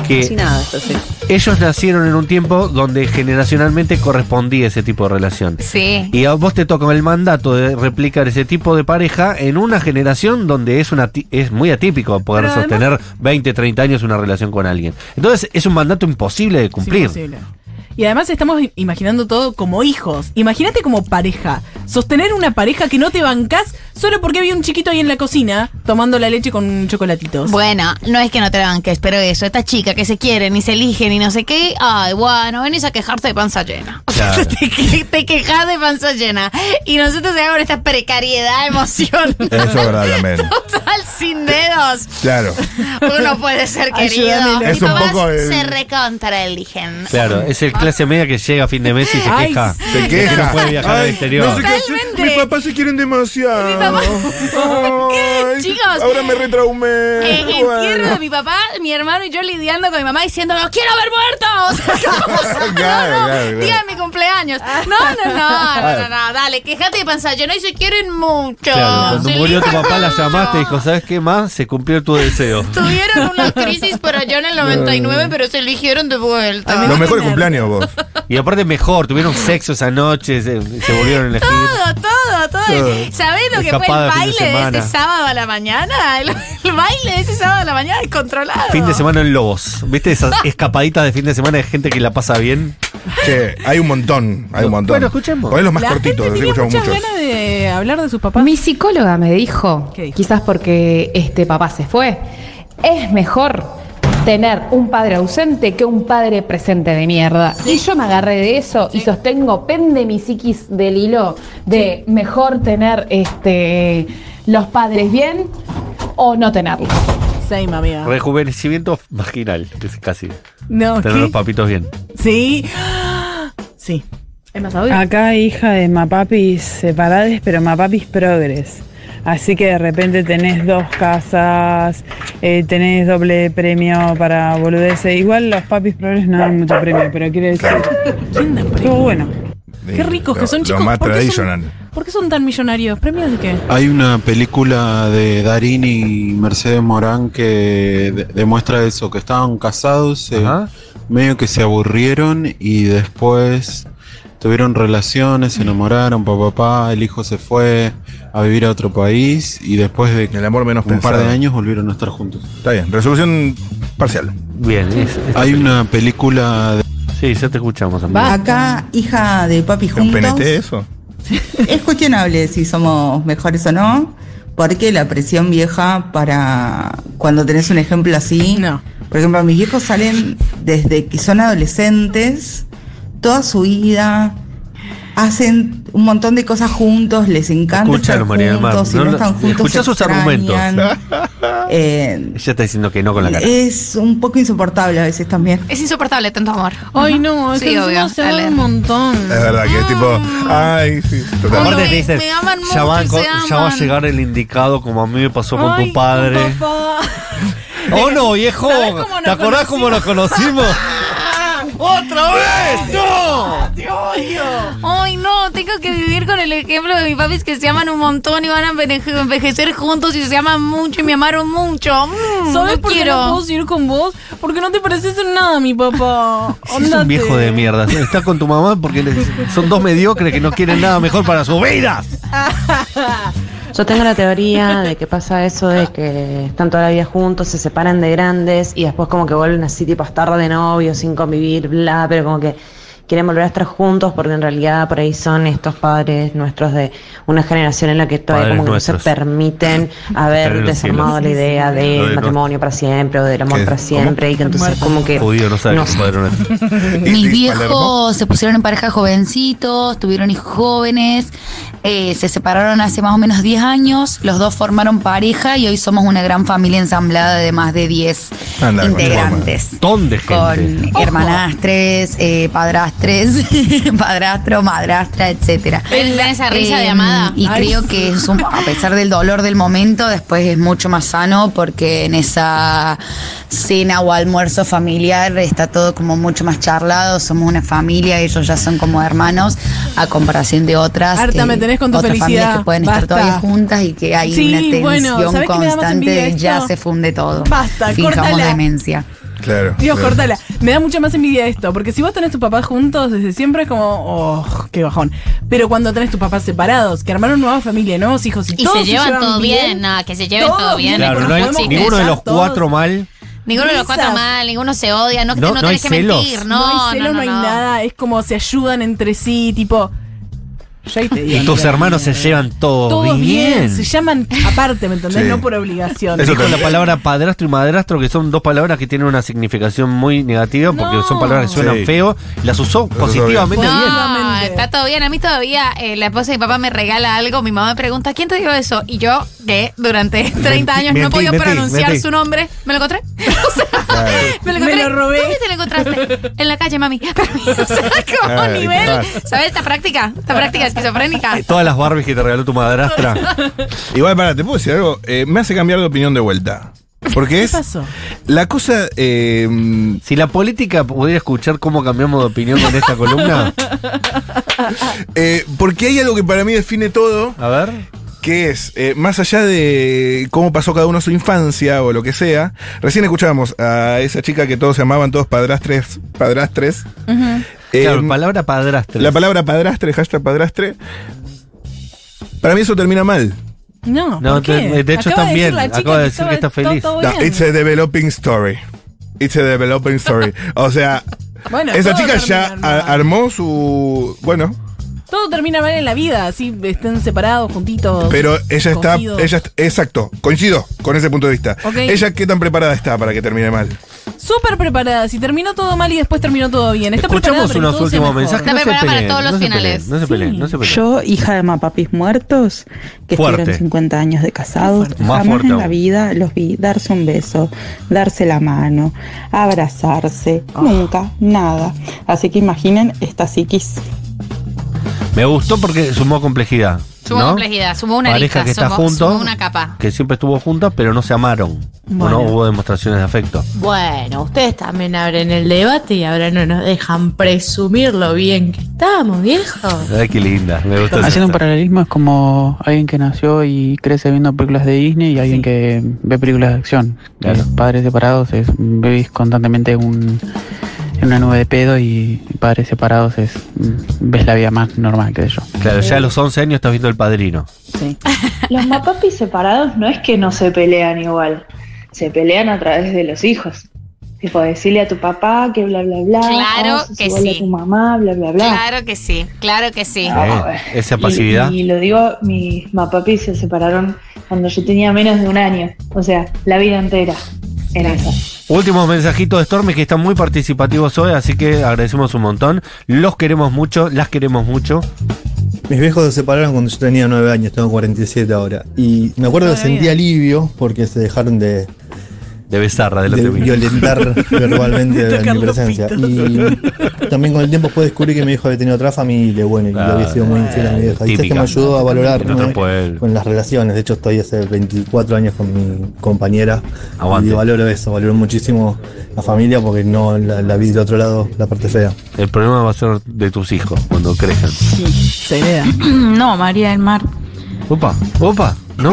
Speaker 1: que
Speaker 12: Casi nada, esto sí.
Speaker 1: ellos nacieron en un tiempo donde generacionalmente correspondía ese tipo de relación.
Speaker 3: Sí.
Speaker 1: Y a vos te toca el mandato de replicar ese tipo de pareja en una generación donde es una ti- es muy atípico poder
Speaker 2: Pero
Speaker 1: sostener 20, 30 años una relación con alguien. Entonces es un mandato imposible de cumplir.
Speaker 2: Imposible. Y además estamos i- imaginando todo como hijos. Imagínate como pareja. Sostener una pareja que no te bancás solo porque había un chiquito ahí en la cocina tomando la leche con chocolatitos.
Speaker 3: Bueno, no es que no te banques, pero eso, esta chica que se quieren y se eligen y no sé qué, ay, bueno, venís a quejarte de panza llena.
Speaker 1: Claro.
Speaker 3: te, que- te quejas de panza llena. Y nosotros llegamos con esta precariedad emocional.
Speaker 4: Eso es verdad también.
Speaker 3: Total, sin dedos.
Speaker 4: Claro.
Speaker 3: Uno puede ser querido.
Speaker 1: Ayúdame,
Speaker 3: Mis
Speaker 1: Es un
Speaker 3: papás
Speaker 1: poco el-
Speaker 3: se recontra eligen.
Speaker 1: Claro, es el clase media que llega a fin de mes y se
Speaker 3: Ay,
Speaker 1: queja.
Speaker 3: sí.
Speaker 4: Se
Speaker 1: de que
Speaker 4: queja.
Speaker 1: no puede viajar al
Speaker 4: Ay,
Speaker 1: exterior.
Speaker 4: no sé qué hacer. Mis papás se quieren demasiado. Ay,
Speaker 3: Chicos.
Speaker 4: Ahora me retraumé.
Speaker 3: Eh,
Speaker 4: Bueno.
Speaker 3: entierro de mi papá, mi hermano y yo lidiando con mi mamá diciendo, ¡los quiero ver muertos!
Speaker 4: Claro, claro, claro.
Speaker 3: Día de mi cumpleaños. No, no, no, no, no, no, dale, quejate de panza llena y se quieren mucho.
Speaker 1: Claro, cuando
Speaker 3: Se
Speaker 1: murió tu
Speaker 3: eligen
Speaker 1: papá la llamaste y dijo, ¿sabes qué más? Se cumplió tu deseo.
Speaker 3: Tuvieron una crisis por allá en el 99, pero se eligieron de vuelta.
Speaker 1: Los
Speaker 4: mejores cumpleaños vos.
Speaker 1: Y aparte mejor, tuvieron sexo esa noche, se, se volvieron a elegir.
Speaker 3: Todo, todo, todo.
Speaker 1: Todo.
Speaker 3: ¿Sabés lo que
Speaker 1: Escapada de fin
Speaker 3: fue
Speaker 1: de
Speaker 3: el baile de
Speaker 1: semana.
Speaker 3: ese sábado a la mañana? El, el baile de ese sábado a la mañana descontrolado.
Speaker 1: Fin de semana en Lobos. ¿Viste esas escapaditas de fin de semana de gente que la pasa bien?
Speaker 4: Che, hay un montón, hay un montón.
Speaker 1: Bueno, escuchemos.
Speaker 4: Ponés los más
Speaker 2: La
Speaker 4: cortitos,
Speaker 2: gente
Speaker 4: así
Speaker 2: tenía
Speaker 4: escuchamos
Speaker 2: muchas
Speaker 4: muchos.
Speaker 2: ganas de hablar de sus papás.
Speaker 12: Mi psicóloga me dijo,
Speaker 2: ¿Qué dijo?
Speaker 12: quizás porque este papá se fue, es mejor tener un padre ausente que un padre presente de mierda. Y yo me agarré de eso y sostengo, pende mi psiquis del hilo de mejor tener este los padres bien o no tenerlos.
Speaker 2: Same, amiga.
Speaker 1: Rejuvenecimiento vaginal, que es casi.
Speaker 2: No,
Speaker 1: Tener
Speaker 2: ¿qué?
Speaker 1: los papitos bien.
Speaker 2: Sí. Sí.
Speaker 13: Acá hija de Mapapis separades, pero Mapapis progres. Así que de repente tenés dos casas, eh, tenés doble premio para boludeces. Igual los papis progres no dan mucho premio, pero quiero decir. Estuvo bueno.
Speaker 2: Qué ricos que son,
Speaker 14: lo
Speaker 2: chicos.
Speaker 14: más
Speaker 2: ¿Por qué son,
Speaker 14: traditional.
Speaker 2: por qué son tan millonarios? ¿Premios de qué?
Speaker 14: Hay una película de Darín y Mercedes Morán que de- demuestra eso, que estaban casados, eh, medio que se aburrieron y después tuvieron relaciones, se enamoraron, papá, papá, el hijo se fue a vivir a otro país y después de
Speaker 4: el amor menos
Speaker 14: un par
Speaker 4: pensado.
Speaker 14: de años volvieron a estar juntos.
Speaker 4: Está bien, resolución parcial.
Speaker 1: Bien,
Speaker 14: Hay una película de...
Speaker 1: Sí, ya te escuchamos.
Speaker 15: Acá, hija de papi juntos.
Speaker 4: eso?
Speaker 15: Es cuestionable si somos mejores o no, porque la presión vieja para cuando tenés un ejemplo así. Por ejemplo, mis viejos salen desde que son adolescentes, toda su vida, hacen un montón de cosas juntos, les encanta
Speaker 1: Escúchalo,
Speaker 15: estar
Speaker 1: María del Mar.
Speaker 15: juntos, si no,
Speaker 1: No lo-
Speaker 15: están juntos
Speaker 1: escuchá
Speaker 15: se
Speaker 1: sus argumentos.
Speaker 15: extrañan. Eh,
Speaker 1: Ella está diciendo que no con la cara.
Speaker 15: es un poco insoportable a veces también.
Speaker 3: Es insoportable tanto amor.
Speaker 2: Ay, no, es
Speaker 3: Sí,
Speaker 2: que encima
Speaker 3: obvio,
Speaker 2: se aman
Speaker 3: dale.
Speaker 2: un montón.
Speaker 1: Eh,
Speaker 4: Es verdad que es tipo,
Speaker 2: Ah.
Speaker 4: ay, sí, total.
Speaker 1: Aparte
Speaker 3: me-
Speaker 1: te dicen,
Speaker 3: me aman
Speaker 1: ya,
Speaker 3: mucho
Speaker 1: va
Speaker 3: y
Speaker 1: con-
Speaker 3: se
Speaker 1: ya va a
Speaker 3: aman".
Speaker 1: llegar el indicado como a mí me pasó con
Speaker 2: Ay,
Speaker 1: tu padre.
Speaker 2: papá.
Speaker 1: ¡Oh no, viejo!
Speaker 2: ¿Sabés cómo nos
Speaker 1: ¿Te acordás cómo nos conocimos?
Speaker 2: ¡Otra
Speaker 1: vez! ¡No!
Speaker 2: ¡Te odio!
Speaker 3: Ay, no, tengo que vivir con el ejemplo de mis papis que se aman un montón y van a enveje- envejecer juntos y se aman mucho y me amaron mucho. Mm,
Speaker 2: ¿Sabes
Speaker 3: no
Speaker 2: por qué
Speaker 3: quiero.
Speaker 2: no puedo seguir con vos? Porque no te pareces en nada, mi papá.
Speaker 1: Sí, es un viejo de mierda. Está con tu mamá porque le- son dos mediocres que no quieren nada mejor para sus vidas.
Speaker 16: Yo tengo la teoría de que pasa eso de que están toda la vida juntos, se separan de grandes y después como que vuelven así tipo a estar de novios sin convivir, bla, pero como que quieren volver a estar juntos porque en realidad por ahí son estos padres nuestros de una generación en la que todavía
Speaker 17: Padres
Speaker 16: como que
Speaker 17: nuestros.
Speaker 16: no se permiten
Speaker 17: Están
Speaker 16: haber
Speaker 17: en los
Speaker 16: desarmado
Speaker 17: cielos.
Speaker 16: la idea
Speaker 17: Lo de
Speaker 16: del
Speaker 17: nuestro.
Speaker 16: matrimonio para siempre o del amor para siempre y que entonces como que...
Speaker 1: Judío, no sabe
Speaker 16: no
Speaker 1: que es padre nuestro.
Speaker 18: Mis viejos se pusieron en pareja jovencitos, tuvieron hijos jóvenes, eh, se separaron hace más o menos 10 años, los dos formaron pareja y hoy somos una gran familia ensamblada de más de 10
Speaker 1: Anda, con tu mamá.
Speaker 18: integrantes.
Speaker 1: Ton de gente.
Speaker 18: Con hermanastres, eh, padrastres, padrastro, madrastra, etcétera.
Speaker 3: Él da esa risa de amada.
Speaker 18: Eh, Y
Speaker 3: Ay.
Speaker 18: creo que es un- a pesar del dolor del momento, después es mucho más sano porque en esa cena o almuerzo familiar está todo como mucho más charlado, somos una familia, ellos ya son como hermanos, a comparación de otras,
Speaker 2: Harta, me tenés con tu
Speaker 18: otras familias
Speaker 2: felicidad,
Speaker 18: que pueden estar
Speaker 2: basta.
Speaker 18: todavía juntas y que hay
Speaker 2: Sí,
Speaker 18: una tensión
Speaker 2: bueno, ¿sabés qué me da más
Speaker 18: constante
Speaker 2: envidia
Speaker 18: de ya
Speaker 2: esto?
Speaker 18: se funde todo.
Speaker 2: Basta,
Speaker 18: Fijamos
Speaker 2: córtala.
Speaker 18: demencia.
Speaker 4: Claro.
Speaker 2: Dios,
Speaker 4: claro.
Speaker 2: cortala. Me da mucha más envidia esto, porque si vos tenés tus papás juntos desde siempre es como, oh, qué bajón. Pero cuando tenés tus papás separados, que armaron nueva familia, nuevos hijos y,
Speaker 3: Y
Speaker 2: todos
Speaker 3: se llevan todo bien, no, que se lleven
Speaker 2: Todos
Speaker 3: todo bien.
Speaker 1: Claro, no hay
Speaker 3: existe.
Speaker 1: ninguno de los cuatro mal.
Speaker 3: Ninguno de los
Speaker 2: Risas.
Speaker 3: cuatro mal, ninguno se odia, no, que
Speaker 1: No,
Speaker 3: no,
Speaker 1: no hay
Speaker 3: tenés que
Speaker 1: celos.
Speaker 3: mentir,
Speaker 2: No,
Speaker 3: no,
Speaker 2: hay celo, no, hay nada, es como se ayudan entre sí, tipo. Yo ahí te digo,
Speaker 1: Y tus
Speaker 2: no,
Speaker 1: hermanos se llevan todo
Speaker 2: Todos bien.
Speaker 1: bien.
Speaker 2: se llaman aparte, ¿me entendés?
Speaker 1: Sí.
Speaker 2: No por obligación.
Speaker 1: Eso con la palabra padrastro y madrastro, que son dos palabras que tienen una significación muy negativa porque son palabras que suenan
Speaker 4: Sí.
Speaker 1: feo. Las usó positivamente
Speaker 3: No,
Speaker 1: bien.
Speaker 3: está todo bien. A mí todavía eh, la esposa de mi papá me regala algo. Mi mamá me pregunta, ¿quién te dio eso? Y yo, que durante 30 años no
Speaker 1: mentí,
Speaker 3: podía
Speaker 1: mentí,
Speaker 3: pronunciar
Speaker 1: mentí.
Speaker 3: su nombre, me lo encontré. O sea, me lo encontré. robé. ¿Dónde te lo encontraste? En la calle, mami. Para mí, o sea, como
Speaker 1: Ay,
Speaker 3: nivel.
Speaker 1: claro.
Speaker 3: ¿Sabes esta práctica? Esta práctica esquizofrénica.
Speaker 1: Todas las Barbies que te regaló tu madrastra.
Speaker 4: Igual, para, te puedo decir algo. Eh, me hace cambiar de opinión de vuelta. Porque es. La cosa. eh,
Speaker 1: si la política pudiera escuchar cómo cambiamos de opinión con esta columna.
Speaker 4: Eh, porque hay algo que para mí define todo.
Speaker 1: A ver.
Speaker 4: Que es, eh, más allá de cómo pasó cada uno su infancia o lo que sea, recién escuchábamos a esa chica que todos se amaban, todos padrastres, padrastres.
Speaker 1: Claro, palabra padrastre.
Speaker 4: Eh, La palabra padrastre, hashtag padrastre. Para mí eso termina mal.
Speaker 2: No,
Speaker 1: No,
Speaker 2: ¿por qué?
Speaker 1: de- de hecho
Speaker 2: Acaba
Speaker 1: están bien.
Speaker 2: decir la chica
Speaker 1: Acaba de decir que está
Speaker 2: estaba
Speaker 1: feliz.
Speaker 2: todo
Speaker 4: No,
Speaker 2: bien.
Speaker 4: it's a developing story. It's a developing story. O sea,
Speaker 2: Bueno,
Speaker 4: esa
Speaker 2: todo
Speaker 4: chica ya
Speaker 2: termina
Speaker 4: a- armó su. Bueno,
Speaker 2: Todo termina mal en la vida, así estén separados, juntitos.
Speaker 4: pero ella está.
Speaker 2: cosidos.
Speaker 4: ella est- Exacto, coincido con ese punto de vista.
Speaker 2: Ok.
Speaker 4: ¿Ella qué tan preparada está para que termine mal?
Speaker 2: Súper preparada, si terminó todo mal y después terminó todo bien. Está preparada
Speaker 1: Escuchamos
Speaker 2: para que
Speaker 1: unos
Speaker 2: todo sea
Speaker 1: últimos
Speaker 2: mejor.
Speaker 1: mensajes. No se peleen, no se peleen, No se peleen, no se peleen.
Speaker 17: Yo, hija de mapapis muertos, que
Speaker 1: Fuerte.
Speaker 17: estuvieron 50 años de casados,
Speaker 1: Fuerte. Más
Speaker 17: jamás
Speaker 1: fuerte
Speaker 17: en la
Speaker 1: aún.
Speaker 17: vida los vi darse un beso, darse la mano, abrazarse, nunca, nada. Así que imaginen esta psiquis.
Speaker 1: Me gustó porque sumó complejidad.
Speaker 3: Sumó
Speaker 1: ¿no?
Speaker 3: complejidad, sumó una
Speaker 1: Pareja
Speaker 3: arista,
Speaker 1: que está
Speaker 3: sumó-
Speaker 1: juntos,
Speaker 3: sumó una capa.
Speaker 1: Que siempre estuvo juntas, pero no se amaron. O
Speaker 19: Bueno.
Speaker 1: No hubo demostraciones de afecto.
Speaker 19: Bueno, ustedes también abren el debate y ahora no nos dejan presumir lo bien que estamos, viejo.
Speaker 1: Ay, qué linda. Me gustó.
Speaker 13: Haciendo un paralelismo es como alguien que nació y crece viendo películas de Disney y alguien que ve películas de acción. Los padres separados es vivís constantemente un- en una nube de pedo y padres separados es mm, ves la vida más normal que yo.
Speaker 1: Claro, ya a los 11 años estás viendo El Padrino.
Speaker 20: Los mapapis separados no es que no se pelean igual, se pelean a través de los hijos. Tipo, decirle a tu papá que bla bla bla.
Speaker 3: Claro
Speaker 20: sos
Speaker 3: que
Speaker 20: igual
Speaker 3: sí.
Speaker 20: A tu mamá, bla bla bla.
Speaker 3: Claro que sí, claro que sí.
Speaker 13: Ah,
Speaker 1: Eh, esa pasividad.
Speaker 20: Y, y lo digo, mis mapapis se separaron cuando yo tenía menos de un año. O sea, la vida entera era esa.
Speaker 1: Últimos mensajitos de Stormy que están muy participativos hoy, así que agradecemos un montón. Los queremos mucho, las queremos mucho.
Speaker 21: Mis viejos se separaron cuando yo tenía 9 años, tengo 47 ahora. Y me acuerdo que
Speaker 1: Toda la
Speaker 21: sentí
Speaker 1: vida.
Speaker 21: alivio porque se dejaron de,
Speaker 1: De besarra, de la
Speaker 21: de violentar verbalmente en mi presencia. Y también con el tiempo pude descubrir que mi hijo había tenido otra familia, bueno, y
Speaker 1: Claro.
Speaker 21: había sido muy infiel a mi vieja. Y eso es que
Speaker 1: Típica.
Speaker 21: me ayudó a
Speaker 1: En otro
Speaker 21: valorarme
Speaker 1: pueblo.
Speaker 21: con las relaciones. De hecho, estoy hace 24 años con mi compañera.
Speaker 1: Aguante.
Speaker 21: Y valoro eso, valoro muchísimo la familia porque no la, la vi del otro lado, la parte fea.
Speaker 1: El problema va a ser de tus hijos cuando crezcan.
Speaker 2: Se hereda.
Speaker 22: No, María del Mar.
Speaker 1: Opa, opa. No,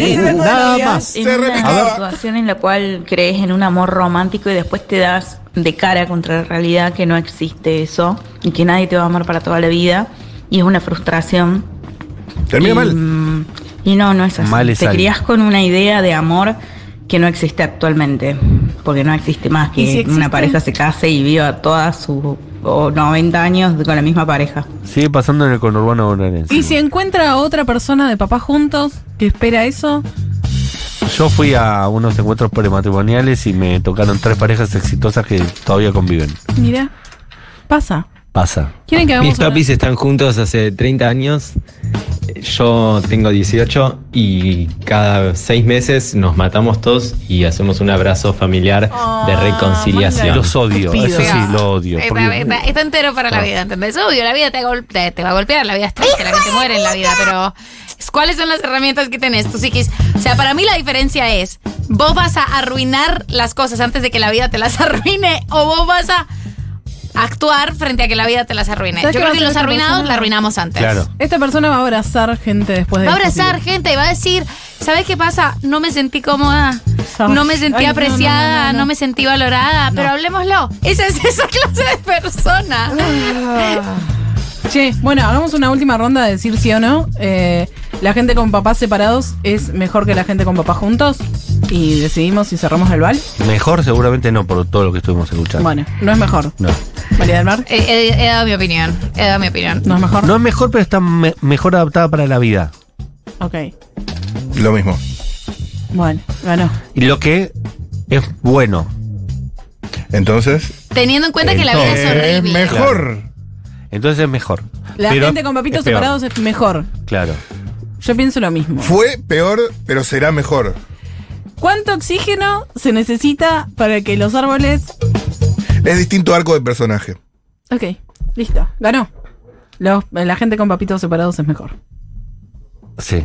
Speaker 1: nada más.
Speaker 22: En una situación en la cual crees en un amor romántico y después te das de cara contra la realidad que no existe eso y que nadie te va a amar para toda la vida y es una frustración.
Speaker 4: Termina
Speaker 22: Y,
Speaker 3: mm.
Speaker 22: mm,
Speaker 4: mal.
Speaker 22: Y no, no es así.
Speaker 4: Mal es
Speaker 22: te
Speaker 4: algo.
Speaker 22: criás con una idea de amor que no existe actualmente, porque no existe más que
Speaker 2: ¿Y si existe?
Speaker 22: una pareja se case y viva todas sus o 90 años con la misma pareja.
Speaker 1: Sigue pasando en el conurbano bonaerense.
Speaker 2: Y si encuentra a otra persona de papá juntos que espera eso,
Speaker 1: Yo fui a unos encuentros prematrimoniales y me tocaron tres parejas exitosas que todavía conviven.
Speaker 2: mira, pasa.
Speaker 1: Pasa.
Speaker 2: ¿Quieren que
Speaker 23: Mis
Speaker 2: hagamos una-
Speaker 23: papis están juntos hace 30 años. Yo tengo 18 y cada seis meses nos matamos todos y hacemos un abrazo familiar de reconciliación.
Speaker 1: Los odio,
Speaker 3: Te
Speaker 1: eso
Speaker 3: pido.
Speaker 1: sí, lo odio.
Speaker 3: Eh,
Speaker 1: porque-
Speaker 3: está, está entero para la
Speaker 1: Ah.
Speaker 3: vida, ¿entendés? Obvio, la vida te, gol- te- te va a golpear, la vida es triste, la gente muere en la vida, pero ¿cuáles son las herramientas que tenés tú psiquis? O sea, para mí la diferencia es, vos vas a arruinar las cosas antes de que la vida te las arruine o vos vas a actuar frente a que la vida te las arruine. Yo
Speaker 2: ¿Sabes qué va a
Speaker 3: creo que
Speaker 2: hacer
Speaker 3: los
Speaker 2: esta
Speaker 3: arruinados
Speaker 2: persona?
Speaker 3: la arruinamos antes.
Speaker 2: Esta persona va a abrazar gente después de
Speaker 3: Va a
Speaker 2: esto,
Speaker 3: abrazar
Speaker 2: sí.
Speaker 3: gente y va a decir, ¿sabes qué pasa? No me sentí cómoda. No me sentí apreciada, no, me sentí valorada, pero hablemoslo. Esa es esa clase de persona.
Speaker 2: Ah. Che, bueno, hagamos una última ronda de decir sí o no. Eh, la gente con papás separados es mejor que la gente con papás juntos. Y decidimos si cerramos el bal.
Speaker 1: Mejor seguramente no por todo lo que estuvimos escuchando.
Speaker 2: Bueno, no es mejor.
Speaker 1: No.
Speaker 2: María del Mar.
Speaker 3: Eh, He, he dado mi opinión. He dado mi opinión.
Speaker 2: No es mejor.
Speaker 1: No es mejor, pero está me- mejor adaptada para la vida.
Speaker 2: Ok.
Speaker 4: Lo mismo.
Speaker 2: Bueno, ganó.
Speaker 1: Y lo que es bueno.
Speaker 4: Entonces. eh,
Speaker 3: Teniendo en cuenta que la vida es horrible.
Speaker 1: Entonces es mejor.
Speaker 2: La
Speaker 1: Pero
Speaker 2: gente con papitos
Speaker 1: es peor.
Speaker 2: separados es mejor.
Speaker 1: Claro.
Speaker 2: Yo pienso lo mismo.
Speaker 4: Fue peor, pero será mejor.
Speaker 2: ¿Cuánto oxígeno se necesita para que los árboles.
Speaker 4: Es distinto arco de personaje.
Speaker 2: Ok, listo. Ganó. Los- la gente con papitos separados es mejor.
Speaker 1: Sí.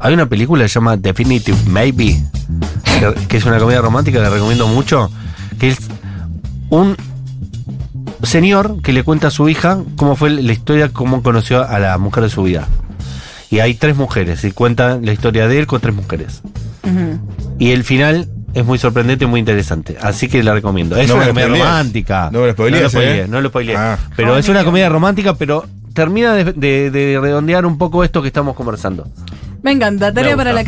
Speaker 1: Hay una película que se llama Definitive Maybe, que, que es una comedia romántica que recomiendo mucho, que es un señor que le cuenta a su hija cómo fue la historia, cómo conoció a la mujer de su vida. Y hay tres mujeres, y cuenta la historia de él con tres mujeres. Y el final es muy sorprendente y muy interesante, así que la recomiendo. Es
Speaker 4: No me
Speaker 1: una
Speaker 4: lo
Speaker 1: comedia
Speaker 4: spoilees.
Speaker 1: romántica.
Speaker 4: No me lo spoilees,
Speaker 1: No lo spoilees,
Speaker 4: eh.
Speaker 1: no lo spoilees.
Speaker 4: Ah.
Speaker 1: Pero es una comedia romántica, pero termina de- de- de redondear un poco esto que estamos conversando.
Speaker 2: Me encanta. Tarea
Speaker 1: Me
Speaker 2: para
Speaker 1: gusta.
Speaker 2: la